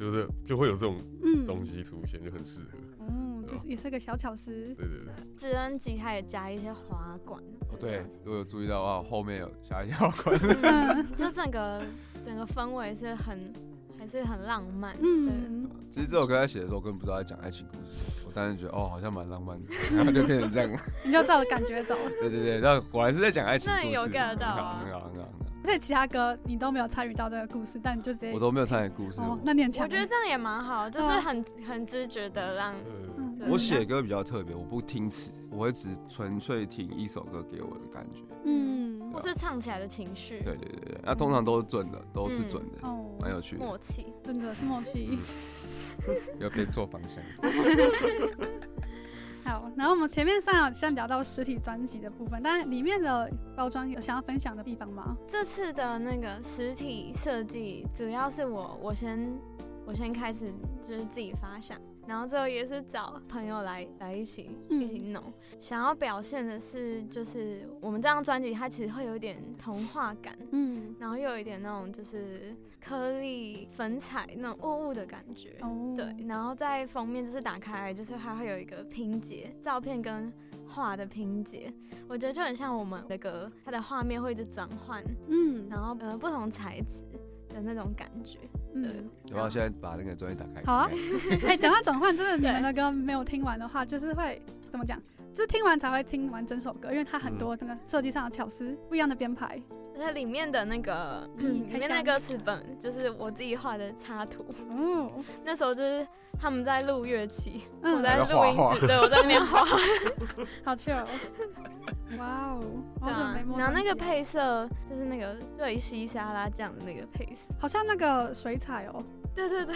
S6: 就是就会有这种
S1: 嗯
S6: 东西出现，就很适合。
S1: 嗯，就是也是个小巧思。
S6: 对对对，
S7: 智恩吉他也加一些滑管，
S5: 哦对，如果有注意到的话，后面有下一条关。
S1: 嗯
S7: 就整个整个氛围是很还是很浪 漫，嗯，
S1: 嗯，
S5: 其实这首歌在写的时候，根本不知道在讲爱情故事，我当时觉得哦，好像蛮浪漫的，然后就变成这样。
S1: 你就照着感觉走。
S5: 对对对，那果然是在讲爱情故事，
S7: 那有 get 到
S5: 很好，
S7: 啊
S5: 很好，很好，很好。
S1: 而且其他歌你都没有参与到这个故事，但你就直接
S5: 我都没有参与故事，
S1: 哦，那你很强欸。
S7: 我觉得这样也蛮好，就是
S1: 对啊
S7: 很很知觉的让
S6: 呃，
S1: 嗯，
S5: 我写歌比较特别，我不听词，我会只纯粹听一首歌给我的感觉。
S1: 嗯
S7: 或是唱起来的情绪
S5: 对对对对，那通常都是准的，都是准的，
S1: 哦，
S5: 蛮有趣的，嗯
S7: 默契。
S1: 真的是默契。
S5: 要变错方向。
S1: 好，然后我们前面上有先聊到实体专辑的部分，但里面的包装有想要分享的地方吗？
S7: 这次的那个实体设计，主要是我我先我先开始就是自己发想，然后最后也是找朋友来来一起、
S1: 嗯
S7: 一起弄。想要表现的是，就是我们这张专辑它其实会有一点童话感，
S1: 嗯，
S7: 然后又有一点那种就是颗粒粉彩那种雾雾的感觉。
S1: 哦，
S7: 对，然后在封面就是打开来，就是它会有一个拼接，照片跟画的拼接，我觉得就很像我们那个它的画面会一直转换，
S1: 嗯，
S7: 然后呃不同材质的那种感觉。
S1: 嗯，
S5: 然后现在把那个专辑打开。
S1: 好啊
S5: 看
S1: 哎，讲到转换，真的你们的歌没有听完的话，就是会怎么讲？就是听完才会听完整首歌，因为它很多这个设计上的巧思，不一样的编排。
S7: 而且里面的那个、
S1: 嗯
S7: 嗯、
S1: 开
S7: 里面的
S1: 箱
S7: 歌词本就是我自己画的插图，
S1: 哦，
S7: 那时候就是他们在录乐器，我
S1: 嗯，哦
S7: 在录
S5: 还在画
S7: 音室，
S5: 画
S7: 对我在那 边画。
S1: 好 c 哦。哇哦，好
S7: 对
S1: 久
S7: 啊
S1: 没摸。
S7: 然后那个，配色就是那个瑞希沙拉酱的那个配色，
S1: 好像那个水彩哦，
S7: 对对对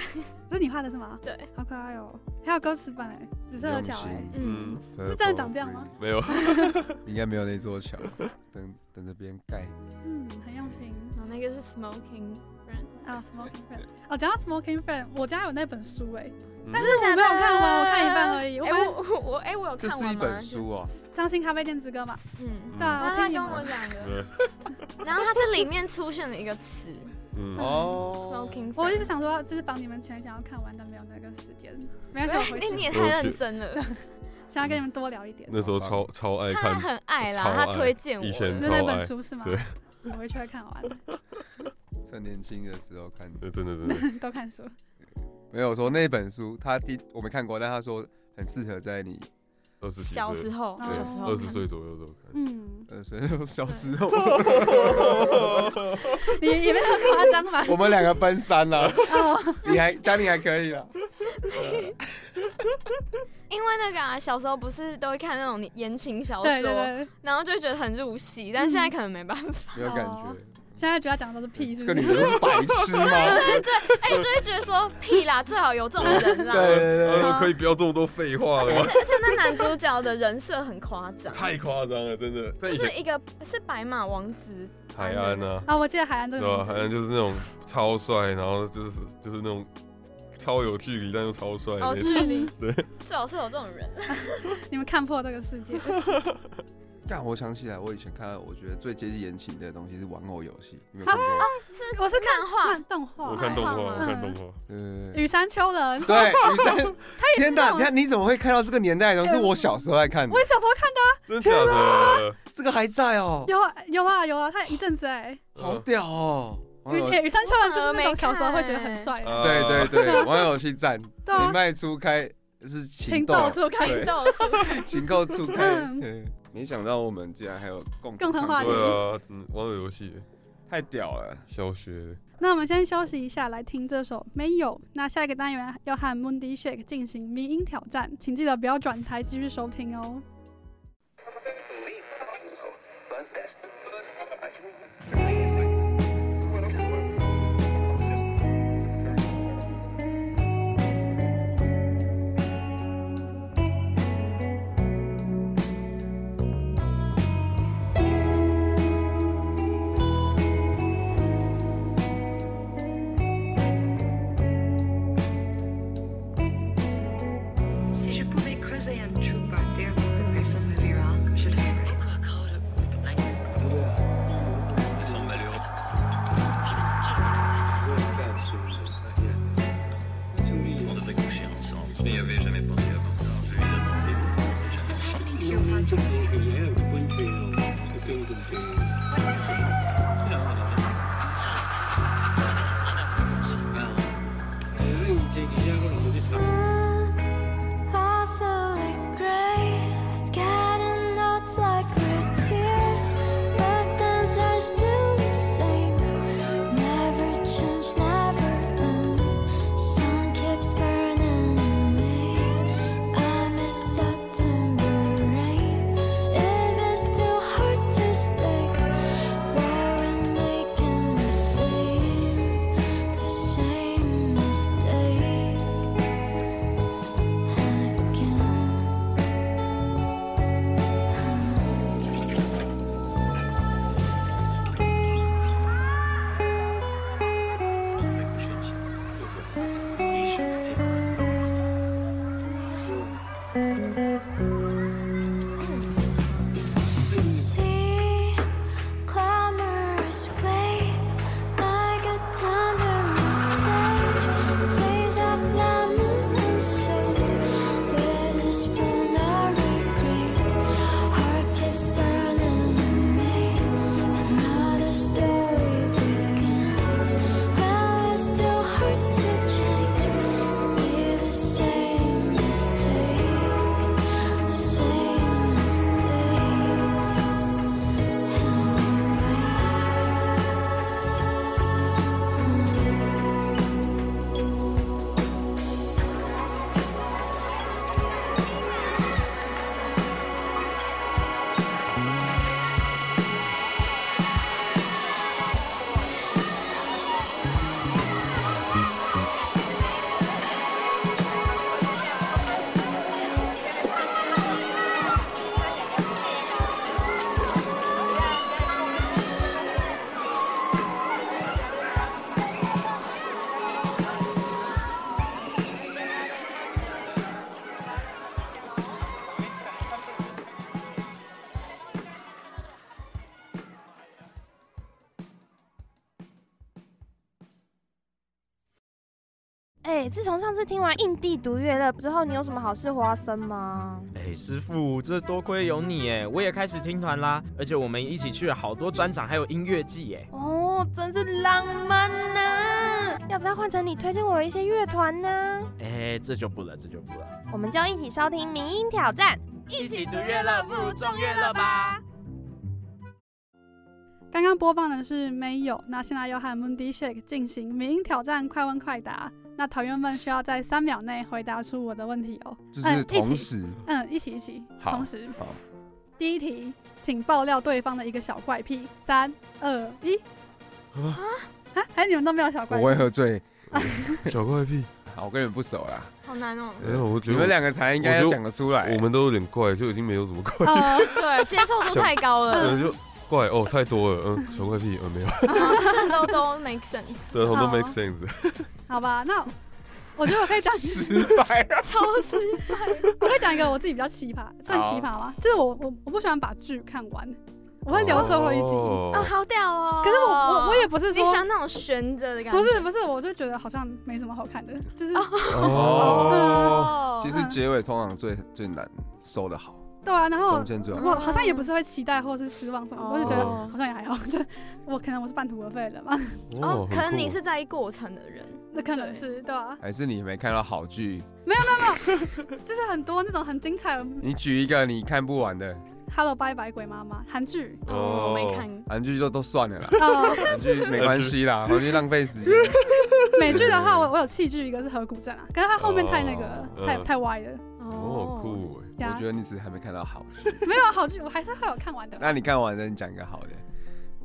S1: 这是你画的是吗？
S7: 对，
S1: 好可爱哦，还有歌词本哎，紫色的桥哎，
S5: 用
S7: 嗯。
S5: 心
S6: 嗯，
S1: 是真的长这样吗？
S6: 没有，
S5: 应该没有那座桥，等等着别人 盖。
S1: 嗯，很用心。
S7: 然后那个是 Smoking Friends，
S1: 啊，Smoking Friend，哦，讲到 Smoking Friend，我家有那本书哎，
S6: 嗯
S1: 但是我没有看完，我看一半而已。我
S7: 哎、
S1: 本来
S7: 我我我哎、我有
S5: 这
S7: 看完
S5: 是
S7: 吗
S5: 一本，书哦，
S1: 伤心咖啡店之歌嘛，
S7: 就嗯。
S1: 对啊，
S7: 然
S1: 我
S7: 后他
S6: 嗯
S1: 听你
S7: 跟
S1: 们
S7: 我讲的，
S6: 对，
S7: 然后它这里面出现了一个词，
S6: 嗯，
S5: 哦，
S7: Smoking，
S1: 我一直
S7: Friends
S1: 想说，就是帮你们前想要看完，但没有那个时间，没有想回
S7: 哎，你
S1: 去，
S7: 也太认真了，
S1: 想要跟你们多聊一点。
S6: 那时候超超 爱
S7: 他
S6: 看，
S7: 很爱啦，
S6: 超爱
S7: 他推荐我
S6: 以前
S1: 就
S6: 超
S1: 那
S6: 爱
S1: 本，书是吗？
S6: 啊哎对
S1: 我回去会看完，啊
S5: 趁年轻的时候看，
S6: 呃真的真的，
S1: 都看书。
S5: 没有说那本书，他第我没看过，但他说很适合在你
S6: 二十几
S7: 小时
S6: 岁，
S7: 候
S1: 然
S6: 对
S1: 后
S6: 嗯二十岁左右都有看，
S1: 嗯，
S5: 呃，所以说小时候
S1: 你也没那么夸张 吧？
S5: 我们两个奔三啊了，
S1: 哦，
S5: 你还家里还可以啊，
S7: 因为那个啊，小时候不是都会看那种言情小
S1: 对对
S7: 说，
S1: 对，
S7: 然后就会觉得很入戏，但现在可能没办法，
S5: 没有感
S1: 哦
S5: 觉。
S1: 现在觉得他讲的都是屁，是
S5: 这
S1: 不
S5: 个
S1: 是
S5: 女？ 人是白痴吗？
S7: 哎，就会觉得说屁啦，最好有这种人啦。
S5: 对对对，
S6: 呃可以不要这么多废话了
S7: 而
S6: 吗？
S7: 且而且那男主角的人设很夸 张，
S6: 太夸张了，真的，在
S7: 就
S6: 以前
S7: 是一个是白马王子，
S6: 海岸啊，
S1: 啊，我记得海岸这
S6: 对
S1: 个名
S6: 吧？
S1: 字
S6: 海岸就是那种超帅，然后就是就是那种超有距离但又超帅的
S7: 哦，
S6: 那种，
S7: 距离
S6: 对，
S7: 最好是有这种人。
S1: 你们看破这个世 界。
S5: 但我想起来，我以前看，到我觉得最接近言情的东西是玩偶游戏，你们有看
S1: 啊
S5: 过吗？
S1: 我是看
S7: 漫画
S1: 漫动画，
S6: 我看动画，我
S1: 漫
S6: 看
S1: 画
S6: 动
S1: 嗯
S6: 画，
S5: 对对对
S1: 雨山丘人，
S5: 对，女 生，天
S1: 这
S5: 哪，
S1: 种
S5: 你看你怎么会看到这个年代的？是我小时候在看的
S1: 我，也小时候看的啊，
S6: 真的假的？
S5: 这个还在哦，
S1: 有啊有啊有啊，他一阵子哎，
S6: 嗯
S5: 好屌哦！玩
S1: 雨
S5: 偶
S1: 欸雨山丘人就是那种
S7: 我反而没看
S1: 小时候会觉得很帅的，
S6: 啊
S5: 对对对，网友去站，
S1: 哦 对啊
S5: 情脉初开是
S1: 情
S5: 情
S1: 窦
S5: 窦，
S1: 初开，
S5: 对
S7: 到处
S5: 情窦初开
S1: 嗯。
S5: 对没想到我们竟然还有共
S1: 共同话题
S6: 对啊，嗯，玩偶游戏
S5: 太屌了！
S6: 小学
S1: 那我们先休息一下，来听这首《没有》。那下一个单元要和 Moondy Shake 进行迷音挑战，请记得不要转台，继续收听哦。
S10: Si je pouvais creuser un trou par terre pour que personne ne verra, je le ferais. Same mistake. Same mistake.
S4: 哎、自从上次听完印地独乐乐之后，你有什么好事花生吗？
S2: 哎，师傅，这多亏有你哎，我也开始听团啦，而且我们一起去了好多专场，还有音乐季哎。
S4: 哦，真是浪漫呐、要不要换成你推荐我一些乐团呢？
S2: 哎，这就不了，这就不了。
S4: 我们就一起收听《民音挑战》。
S2: 一起读乐乐，不如众乐乐吧。
S1: 刚刚播放的是没有，那现在要和 Moody Shake 进行民音挑战，快问快答。那团员们需要在三秒内回答出我的问题哦。
S5: 就是
S1: 嗯一起
S5: 同时，
S1: 嗯，一起一起，
S5: 好
S1: 同时。
S5: 好，
S1: 第一题，请爆料对方的一个小怪癖。三二一。
S6: 啊
S1: 啊！哎，你们都没有小怪
S5: 我
S1: 癖？
S5: 会喝醉。
S6: 小怪癖，
S5: 好，我跟你们不熟啦，
S7: 好难哦。
S6: 没有，我觉
S5: 你
S6: 得
S5: 们两个才应该要
S6: 我觉得
S5: 讲得出来。
S6: 我们都有点怪，就已经没有什么怪，
S1: 哦，
S7: 对，接受度太高
S1: 嗯
S7: 了，
S6: 呃，就怪哦，太多了，嗯，小怪癖，嗯， 没有，
S7: 然后就是都都 make sense，
S6: 对，好多
S1: 哦
S6: make sense，
S1: 好吧，那我觉得我可以讲，
S5: 失败了，
S7: 超失败。
S1: 我可以讲一个我自己比较奇葩，算奇葩吗？就是我我我不喜欢把剧看完，我会留最后一集。
S7: 哦，
S6: 集。
S7: 好屌哦！
S1: 可是我我我也不是
S7: 你
S1: 说
S7: 想那种悬着的感觉，
S1: 不是不是，我就觉得好像没什么好看的，就是、
S6: 哦，
S7: 哦
S5: 其实结尾通常最最难收的好，
S1: 对啊。然后
S5: 中间最好。
S1: 我好像也不是会期待或是失望什么，我就觉得
S7: 哦
S1: 好像也还好，就我可能我是半途而废的吧，
S7: 哦，可能你
S6: 很酷
S7: 是在意过程的人，
S1: 那可能是对啊，
S5: 还是你没看到好剧？
S1: 就是很多那种很精彩的《
S5: 你举一个你看不完的
S1: Hello 拜拜鬼妈妈》韩 剧，
S7: 哦，没看，
S5: 韩剧就都 算了啦，
S1: 呃，
S5: 韩剧没关系 啦，韩剧浪费 时间。
S1: 美剧的话我我有弃剧，一个是河谷镇啊，可是它后面太那个了
S6: 哦
S1: 太
S6: 嗯
S1: 太歪了，
S6: 哦，酷哎，
S1: 对
S5: 我
S1: 啊
S5: 觉得你只是还没看到好剧。
S1: 没有好剧，我还是会有看完的。
S5: 那你看完了，你讲一个好的。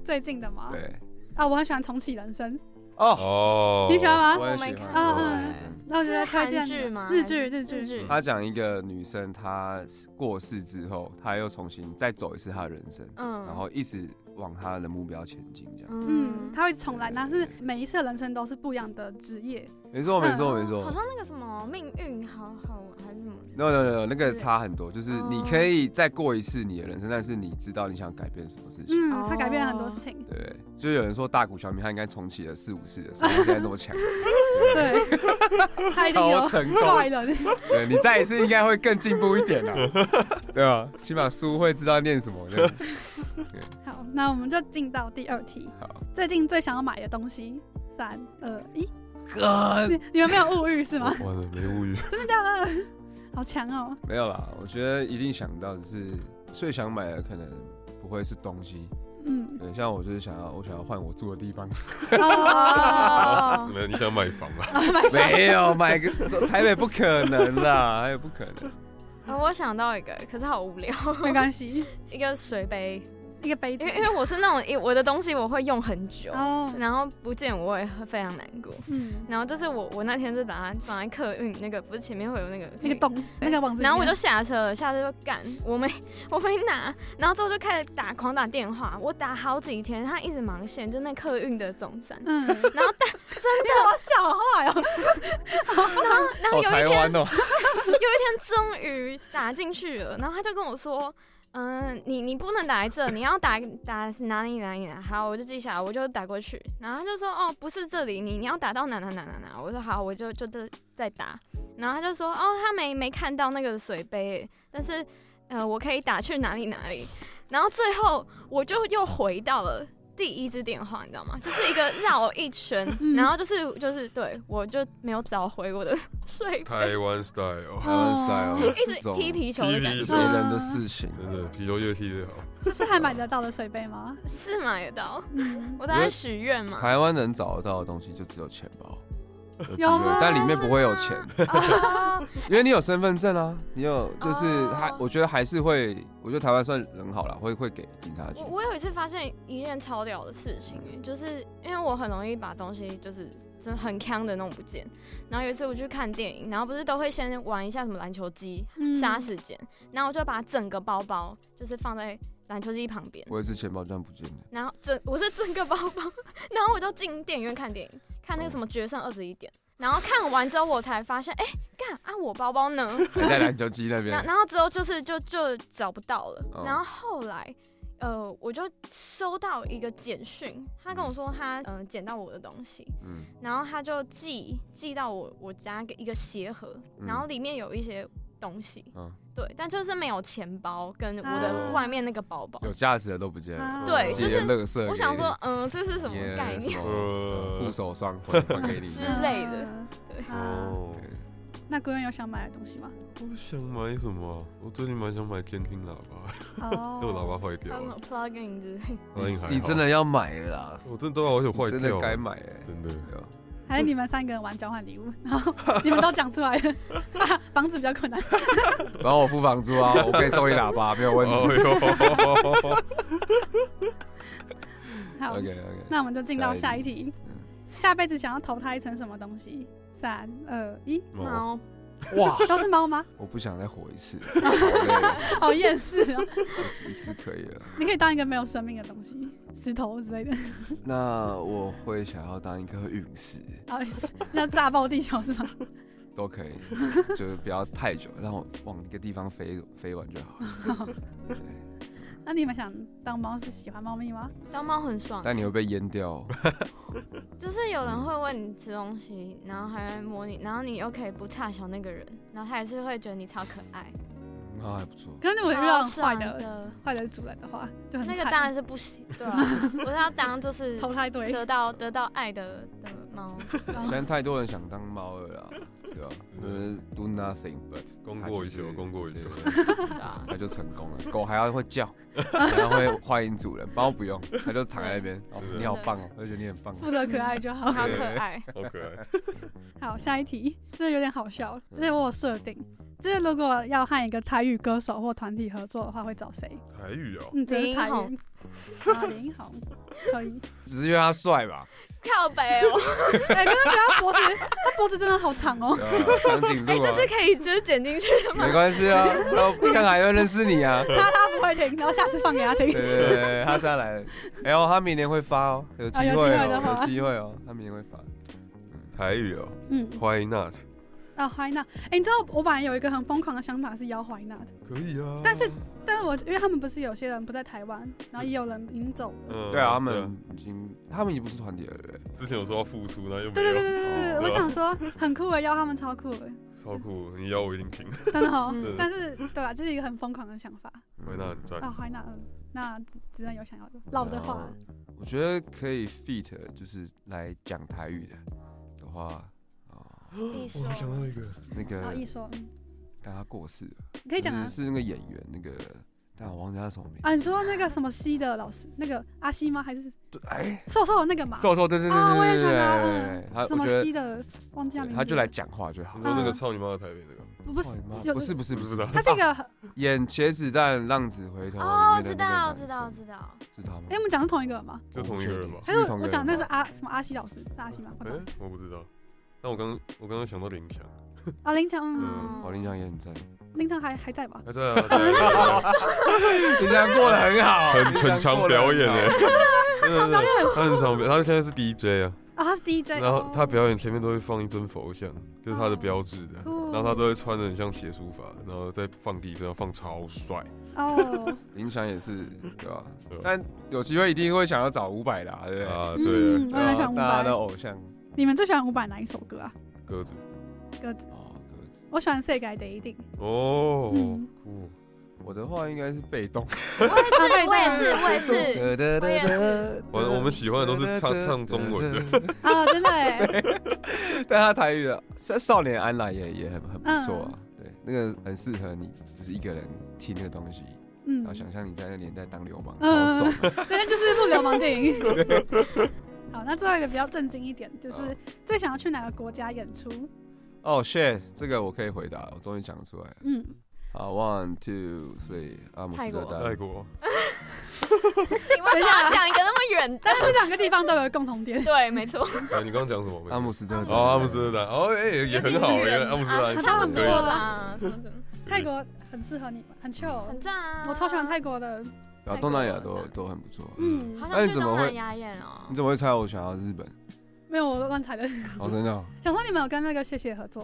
S1: 最近的吗？
S5: 对，
S1: 啊，我很喜欢重启人生，
S5: 哦，
S6: 哦，
S1: 你喜欢吗？
S5: 我很
S7: 我没
S5: 喜
S7: 看
S1: 过
S5: 欢。我很喜
S1: 嗯
S5: 欢
S1: 那我觉得推荐
S7: 是韩剧吗
S1: 日剧，日
S7: 日
S1: 剧。
S7: 剧
S5: 他讲一个女生，她过世之后，她又重新再走一次她的人生，
S7: 嗯，
S5: 然后一直往她的目标前进，这样。
S1: 嗯，
S7: 嗯，
S1: 他会重来，但是每一次的人生都是不一样的职业。
S5: 没错，没错，没错
S7: 嗯好。像那个什么命运好好还是什么，
S5: no no no，那个差很多，就是
S7: 哦
S5: 你可以再过一次你的人生，但是你知道你想改变什么事情。
S7: 哦
S1: 嗯，他改变了很多事情。
S5: 对，就有人说大谷翔平他应该重启了四五次的，所以他现在那么强，
S1: 对，他一定
S5: 超
S1: 有
S5: 成
S1: 怪
S5: 功。
S1: 人。
S5: 对你再一次应该会更进步一点啦，对吧？起码书会知道念什么。这样
S1: 好，那我们就进到第二题。
S5: 好，
S1: 最近最想要买的东西，三二一，
S5: 哥
S1: 你你们没有物欲是吗？
S6: 完了，没物欲，
S1: 真的假的？好强哦！
S5: 没有啦，我觉得一定想到的是最想买的可能不会是东西，
S1: 嗯，
S5: 对，像我就是想要我想要换我住的地方，
S1: 哦，
S6: 没有，你想买房 啊？
S5: 没有买个台北不可能啦，还 有不可能。
S7: 呃我想到一个，可是好无聊，
S1: 没关系，
S7: 一个水杯，
S1: 一个杯子
S7: 因为。因为我是那种因为我的东西我会用很久，
S1: 哦，
S7: 然后不见我也会非常难过。
S1: 嗯，
S7: 然后就是我，我那天就把它放在客运那个，不是前面会有那个
S1: 那个洞，那个网子里面。，
S7: 然后我就下车了，下车就干，我没我没拿，然后之后就开始打狂打电话，我打好几天，他一直忙线，就那客运的总站
S1: 嗯，然后但真的好小坏哦，
S7: 然后
S5: 哦，
S7: 有
S5: 台
S7: 一天嗯
S5: 湾哦，
S7: 有一天终于打进去了，然后他就跟我说。嗯，你你不能打在这，你要打打哪里哪里哪里。好，我就记下来，我就打过去。然后他就说，哦，不是这里，你你要打到哪哪哪哪哪。我说好，我就就再再打。然后他就说，哦，他没没看到那个水杯，但是呃，我可以打去哪里哪里。然后最后我就又回到了第一支电话，你知道吗？就是一个绕一圈，
S1: 嗯
S7: 然后就是就是对我就没有找回我的 水杯。
S6: 台湾
S1: 哦
S6: style，
S5: 台 湾 style，
S7: 一直踢皮球的感
S6: 踢
S7: 觉，
S6: 皮球
S5: 别人的事情，
S6: 真的啤酒越踢越好。
S1: 这嗯是还买得到的水杯吗？
S7: 是买得到。
S1: 嗯，
S7: 我当然许愿嘛，
S5: 台湾能找得到的东西就只有钱包，有机
S1: 有吗
S5: 会，但里面不会有钱，
S7: 哦
S5: 因为你有身份证啊，你有就是
S7: 哦
S5: 还我觉得还是会，我觉得台湾算人好了，会会给警察局
S7: 我。我有一次发现一件超屌的事情，就是因为我很容易把东西就是真的很坑的弄不见。然后有一次我去看电影，然后不是都会先玩一下什么篮球机
S1: 嗯
S7: 杀时间，然后我就把整个包包就是放在篮球机旁边，
S5: 我也是钱包这样不见的，
S7: 然后整我是整个包包， 然后我就进电影院看电影，看那个什么《决胜二十一点》，然后看完之后我才发现，哎、干啊我包包呢？
S5: 还在篮球机那
S7: 然
S5: 边。
S7: 然后之后就是就就找不到了，
S5: 哦
S7: 然后后来。呃，我就收到一个简讯，他跟我说他嗯、呃捡到我的东西，
S5: 嗯，
S7: 然后他就寄寄到我我家一个鞋盒，
S5: 嗯
S7: 然后里面有一些东西，
S5: 嗯
S7: 对，但就是没有钱包跟我
S1: 啊
S7: 的外面那个包包。
S5: 有价值的都不见了
S1: 啊，
S7: 对
S5: 自己的垃圾。
S7: 我想说，，嗯、这是什么
S5: 耶
S7: 概念
S5: 什么
S6: 呃
S5: 护手霜 还还给你，
S7: 之类的
S1: 啊
S7: 对
S1: 啊，
S6: 哦，
S5: 对
S1: 那归人有想买的东西 吗？
S6: 我想买什么？啊我最近蛮想买监听喇叭，
S1: 哦
S6: 因为我喇叭坏掉
S7: 他们
S6: 了
S7: 有。plugin 之类的，
S6: 那应该还好
S5: 你真的，要买了啦，
S6: 我真的都好久坏掉，啊
S5: 真的该，买哎，
S6: 真的。
S5: 对啊
S1: 还是你们三个人玩交换礼物， 然后你们都讲出来了， 啊房子比较困难。
S5: 然后我付房租啊，我可以收你喇叭，没有问题。
S6: 哦哟，
S1: 好
S5: OK OK，
S1: 那我们就进到
S5: 下
S1: 下
S5: 一
S1: 一题，
S7: 嗯
S1: 下辈子想要投胎成什么东西？三二一，
S6: 猫
S7: 猫
S5: 哇，
S1: 都是猫吗？
S5: 我不想再活一次，好累啊
S1: 好厌世哦！
S5: 一次可以了。
S1: 你可以当一个没有生命的东西，石头之类的。
S5: 那我会想要当一颗陨石，
S1: 好意思，那炸爆地球是吗？
S5: 都 可以，就是不要太久，让我往一个地方飞飞完就好了。 对，
S1: 那你们想当猫是喜欢猫咪吗？
S7: 当猫很爽，
S5: 但你会被淹掉哦，
S7: 就是有人会问你吃东西，然后还会摸你，然后你又可以不差小那个人，然后他还是会觉得你超可 爱。
S5: 那还不错。
S1: 可是如果遇到很坏
S7: 超爽
S1: 的
S7: 的，
S1: 坏的主人的话，就很
S7: 那个
S1: 惨
S7: 当然是不行，对啊，我是要当就是
S1: 投胎对。
S10: 嗯
S7: 得到得到爱的的猫，
S5: 现在太多人想当猫了 啦，对吧、
S1: 嗯
S5: 就是 do nothing but
S6: 功过一宿，功过一宿。
S7: 对啊，
S5: 它就成功了。 狗还要会叫，然后会欢迎主人，猫不用，它就躺在那边。
S1: 嗯
S5: 哦，你好棒哦，我觉得你很棒。
S1: 负责可爱就好。
S7: 好可爱。
S6: 好可 爱。
S1: 好，下一题，这有点好笑，这是我有设定，就是如果要和一个台语歌手或团体合作的话，会找谁？
S6: 台语哦，
S1: 嗯，这是台
S7: 林
S1: 语
S7: 宏。
S1: 啊，林英红可以。
S5: 只是因为它帅吧？
S7: 靠北哦，
S1: 哎，可是他脖子，他脖子真的好长哦。
S5: 对啊长颈
S7: 哎，
S5: 鹿
S7: 这
S5: 啊
S7: 是，可以就是剪进去的吗？
S5: 没关 系啊，然后这样还会认识你啊。
S1: 他他不会听，然后下次放给他
S5: 对
S1: 听。
S5: 对对对，他下来了，哎呦，他明年会发哦，有机
S1: 啊有
S5: 会
S1: 机会的
S5: 哦，
S1: 话
S5: 有机会哦，他明年会发。
S6: 台语哦
S1: 嗯，
S6: ，Why not？
S1: 啊，怀娜，哎，你知道我本来有一个很疯狂的想法是邀怀娜的，
S6: 可以啊。
S1: 但是，但是我因为他们不是有些人不在台湾，然后也有人已经走了。
S6: 嗯
S5: 对啊，他们已经，他们已经不是团体了，对不对？
S6: 之前有说要付出，然后又没
S1: 对对对
S6: 有，
S1: 对对对，
S6: 哦
S1: 我想说很酷的，邀他们超酷的，
S6: 超酷，你要我一定听。
S1: 真的哦
S7: 嗯。
S1: 但是对吧，这是一个很疯狂的想法。
S6: Why not？很赞
S1: 啊，。怀娜，嗯，那只只能有想要的老的话，
S5: 呃我觉得可以 fit，就是来讲台语的的话，哦，
S7: 你说
S6: 我还想到一个，
S5: 那
S1: 然后
S5: 个
S1: 一说，嗯，
S5: 但他过世了，
S1: 你可以讲
S5: 就
S1: 啊
S5: 是。是那个演员那个，但我忘记他什么名。
S1: 啊，你说那个什么西的老师，那个阿西吗？还是
S5: 对，哎，
S1: 瘦瘦的那个嘛？
S5: 瘦瘦，对对对
S1: 啊，我也
S5: 对
S1: 喜欢
S5: 对
S1: 他，
S5: 对，他
S1: 嗯，什
S5: 我
S1: 么
S5: 觉
S1: 西
S5: 得
S1: 的，忘记他名字。
S5: 他就来，讲话就好
S6: 你
S1: 嗯。
S6: 说那个操你妈的台北那个，
S1: 不不是
S5: 操哎你妈，
S1: 有
S5: 不是不是不
S6: 不
S5: 是
S6: 知，道。
S1: 他是一个很，
S5: 演茄子蛋浪子回头
S7: 哦，我
S5: 里
S7: 知
S5: 面的那
S7: 道，
S5: 个
S7: 我知道，我
S5: 男生
S7: 知道，
S5: 是他吗？
S1: 哎，我们讲的是同一个人吗？
S6: 就同一个人吧
S1: 还
S5: 是同
S1: 我
S5: 一个人
S1: 讲那
S5: 吧
S1: 是阿什么阿西老师，是阿西吗？不
S6: 哎
S1: 懂。，
S6: 我不知道。但我刚我刚刚想到林强，
S1: 啊，林强，嗯，
S6: 嗯，
S5: 哦，林强也很赞，
S1: 林强还还在吧？
S6: 他在啊在啊，在啊
S5: 林强欸过得很好，
S6: 很很常表 演哎，真的真 的他很常表，他现在是 DJ 啊，
S1: 啊，他是 DJ，
S6: 然后他
S1: 哦
S6: 表演前面都会放一尊佛像，就
S7: 哦
S6: 是他的标志的，
S1: 酷
S6: 然后他都会穿的很像写书法，然后再放地上放超帅，
S1: 哦，
S5: 林强也是对吧
S6: 对？
S5: 但有机会一定会想要找伍佰的啊，对不对？
S6: 啊，对
S1: 嗯，
S6: 啊，
S1: 我也蛮喜欢伍
S5: 大家的
S1: 佰。
S5: 偶像
S1: 你们最喜欢伍佰哪一首歌啊？
S6: 鸽子
S5: 哦，鸽子。
S1: 我喜欢《世界第一定》。
S6: 哦
S1: 嗯，
S6: 酷，
S5: 我的话应该是被动，
S7: 我也
S1: 啊
S7: 是，我也是，我也
S5: 我
S7: 是，也是
S6: 我我们喜欢的都是唱唱中文 的，
S5: 的，
S1: 啊，真的哎，
S5: 但他台语的《少年安来》也也很很不错啊，对，那个很适合你，就是一个人听那个东西，
S1: 嗯
S5: 然后，想象你在那年代当流氓，
S1: 嗯
S5: 超爽的。
S1: 对，那就是不流氓电 影。 好，那最后一个比较震惊一点，就是
S5: 好
S1: 最想要去哪个国家演出？
S5: 哦，shit，这个我可以回答了，我终于讲出来了。
S1: 嗯，
S5: 好，one two three，阿姆斯特
S6: 泰
S5: 丹。
S6: 国，
S7: 你为什么要讲一个那么远的？
S1: 但是这两个地方都有共同 点，
S7: 对，没错，
S6: 哎，你刚刚讲什么？
S5: 阿姆斯特丹，
S6: 哦，阿姆斯特丹，哦，哎，也很好，
S7: 有点远
S6: 原来阿姆斯特丹
S7: 啊差不多
S6: 可以
S7: 啦，
S1: 泰国很适合你们，很 chill，
S7: 很赞啊！
S1: 我超喜欢泰国的。
S5: 然后啊东南亚都都很不错。
S1: 嗯，
S7: 好
S5: 那
S7: 想
S5: 你
S7: 去
S5: 怎么
S7: 东
S5: 会
S7: 南亚演哦
S5: 你。怎么会猜我想要日本？
S1: 没有我乱猜的，
S5: 哦，真的哦。
S1: 想说你们有跟那个谢谢合作，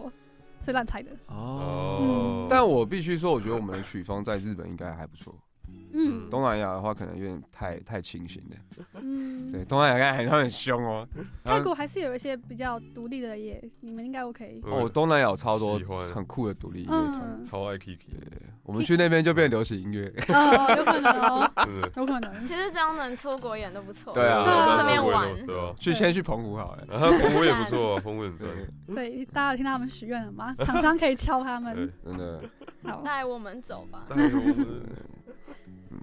S1: 所以乱猜的。
S5: 哦
S6: 哦，
S7: 嗯
S5: 但我必须说，我觉得我们的曲风在日本应该还不错。
S1: 嗯
S5: 东南亚的话可能有点太太清醒了。
S1: 嗯，
S5: 对，东南亚看起来都很凶哦。
S1: 泰国还是有一些比较独立的耶，你们应该 OK。
S5: 然后哦，东南亚有超多
S6: 喜欢
S5: 很酷的独立音乐团。
S1: 嗯，
S6: 超爱 Kiki，
S5: 我们去那边就变流行音乐，
S1: 呃，有可能哦，
S5: 啊
S6: 真的。
S1: 有可能。
S7: 其实这样能出国演都不错。
S5: 对啊
S1: 对啊
S7: 顺便玩
S6: 对啊，
S5: 去先去澎湖好了。
S6: 然后风味也不错啊，风味很
S5: 对
S6: 赞。，
S1: 所以大家有听到他们许愿了吗？厂商可以敲他们。
S5: 真的。
S1: 好，
S7: 带我们走吧。
S6: 但是我们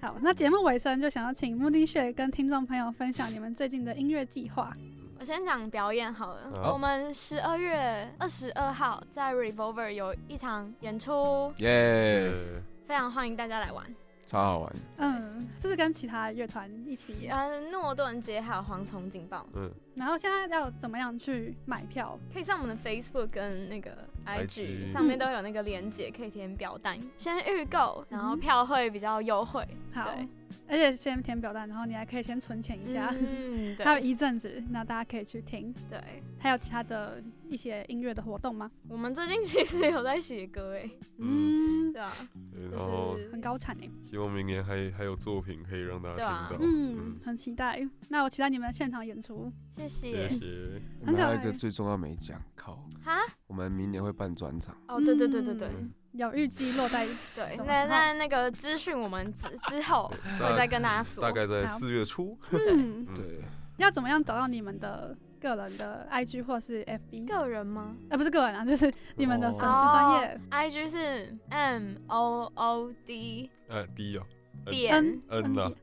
S1: 好，那节目尾声就想要请 Moody s h a 跟听众朋友分享你们最近的音乐计划。
S7: 我先讲表演好了。
S6: 好
S7: 我们十二月二十二号在 Revolver 有一场演出，
S5: 耶，
S6: 呃
S7: 非常欢迎大家来玩。
S5: 超好玩。
S1: 嗯，这是跟其他乐团一起演。
S7: 呃，诺多人街还有蝗虫警报，
S6: 嗯，
S1: 然后现在要怎么样去买票？
S7: 可以上我们的 Facebook 跟那个 IG,
S6: IG
S7: 上面都有那个链接，可以填表单，
S1: 嗯
S7: 先预购，然后票会比较优惠。
S1: 好
S7: 对，
S1: 而且先填表单，然后你还可以先存钱一下，
S7: 嗯，
S1: 还有
S7: 对
S1: 一阵子，那大家可以去听。
S7: 对。
S1: 还有其他的一些音乐的活动吗？
S7: 我们最近其实有在写歌哎，
S1: 嗯，
S7: 对啊，
S6: 对然后
S7: 就是
S1: 很高产哎，
S6: 希望明年还还有作品可以让大
S7: 对啊
S6: 家听到。
S1: 嗯，，很期待。那我期待你们的现场演出。
S7: 谢
S6: 谢
S7: 谢
S6: 谢。
S5: 我
S1: 很
S5: 们
S1: 可
S5: 还
S1: 爱
S5: 有一个最重要没讲，靠，
S7: 哈，
S5: 我们明年会办专场，
S7: 哦，对对对对对
S1: 嗯有预计落 在
S7: 对
S1: 什，么
S7: 那
S1: 时候
S7: 那那个资讯我们之之后会再跟大家说。
S6: 大概在
S1: 好
S6: 四月初，
S1: 嗯，
S6: 嗯
S5: 对，
S1: 要怎么样找到你们的个人的 IG 或是 FB？
S7: 个人吗
S1: 呃，不是个人啊，就是你们的粉丝
S5: 哦
S1: 专业。
S7: ？IG 是 M O O D
S6: 呃，第一哦，
S7: 点
S5: 嗯
S6: N 呐
S1: 迪，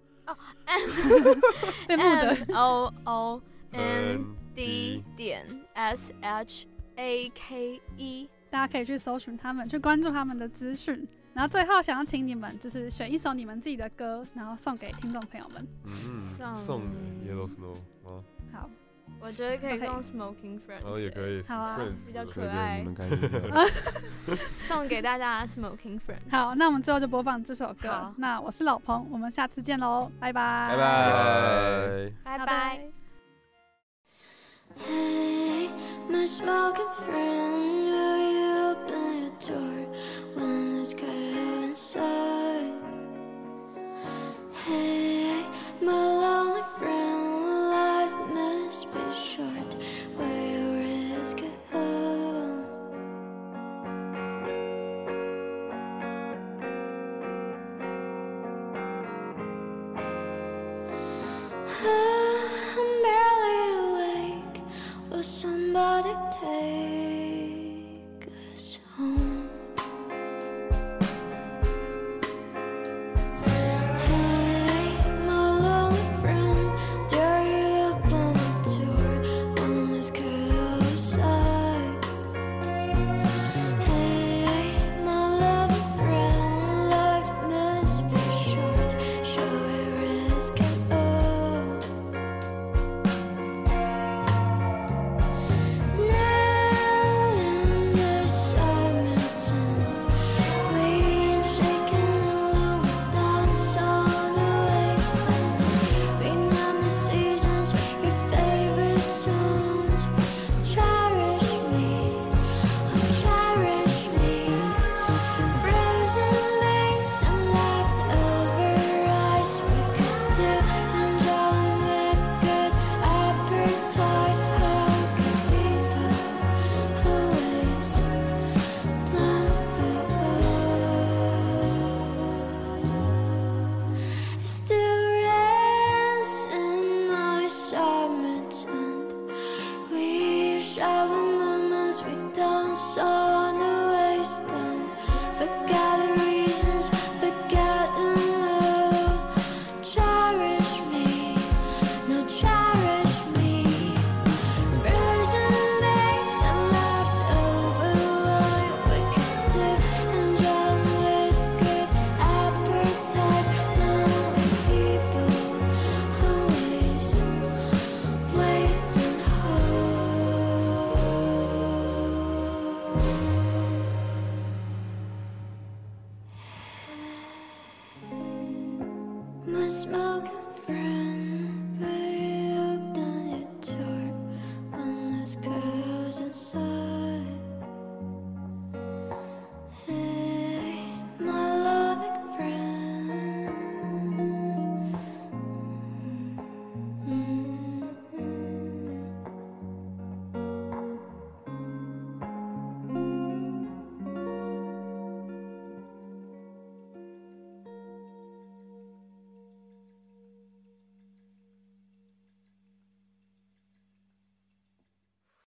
S1: 嗯 对木的
S7: M O O N
S6: ，N
S7: D
S6: D
S7: 点 S H A K E。
S1: 大家可以去搜寻他们，去关注他们的资讯。然后最后想要请你们，就是选一首你们自己的歌，然后送给听众朋友们。
S6: 嗯，
S7: 送
S6: 送你 Yellow Snow 啊，
S1: 好，
S7: 我觉得可
S1: 都
S7: 以
S1: 可以
S7: 送 Smoking Friends，
S6: 然哦后也可以
S1: 好啊
S6: Friends
S7: 比较
S6: 的
S7: 可
S5: 随便
S7: 爱
S5: 你们 感觉。
S7: 送给大家 Smoking Friends。
S1: 好，那我们最后就播放这首歌
S7: 好。
S1: 那我是老彭，我们下次见喽，拜拜，
S5: 拜拜
S6: 拜。
S7: 拜拜。
S10: Hey, my smoking friend, will you open your door when it's cold inside? Hey, my lonely friend, life must be short. Will you risk it all? Ah, I'm barely awake. Will somebody take us home? Hey, my lonely friend, dare you open the door on this cold side? Hey, my loving friend, life must be short. Shall we risk it all? Now in the summertime, we shaking all dance all the wasteland. Rename the seasons, your favorite songs. Cherish me, oh cherish me. Frozen lakes and leftover ice, we could still enjoy with good appetite. How could people always love the it still rains in my summer tent. We shower moments, we dance on the wasteland. Forget the reasons, forget the mood. Cherish me, no, cherish me. Frozen lakes and leftover wine, we could still enjoy with good appetite. Now with people always waiting home. My smoking friend. Mm.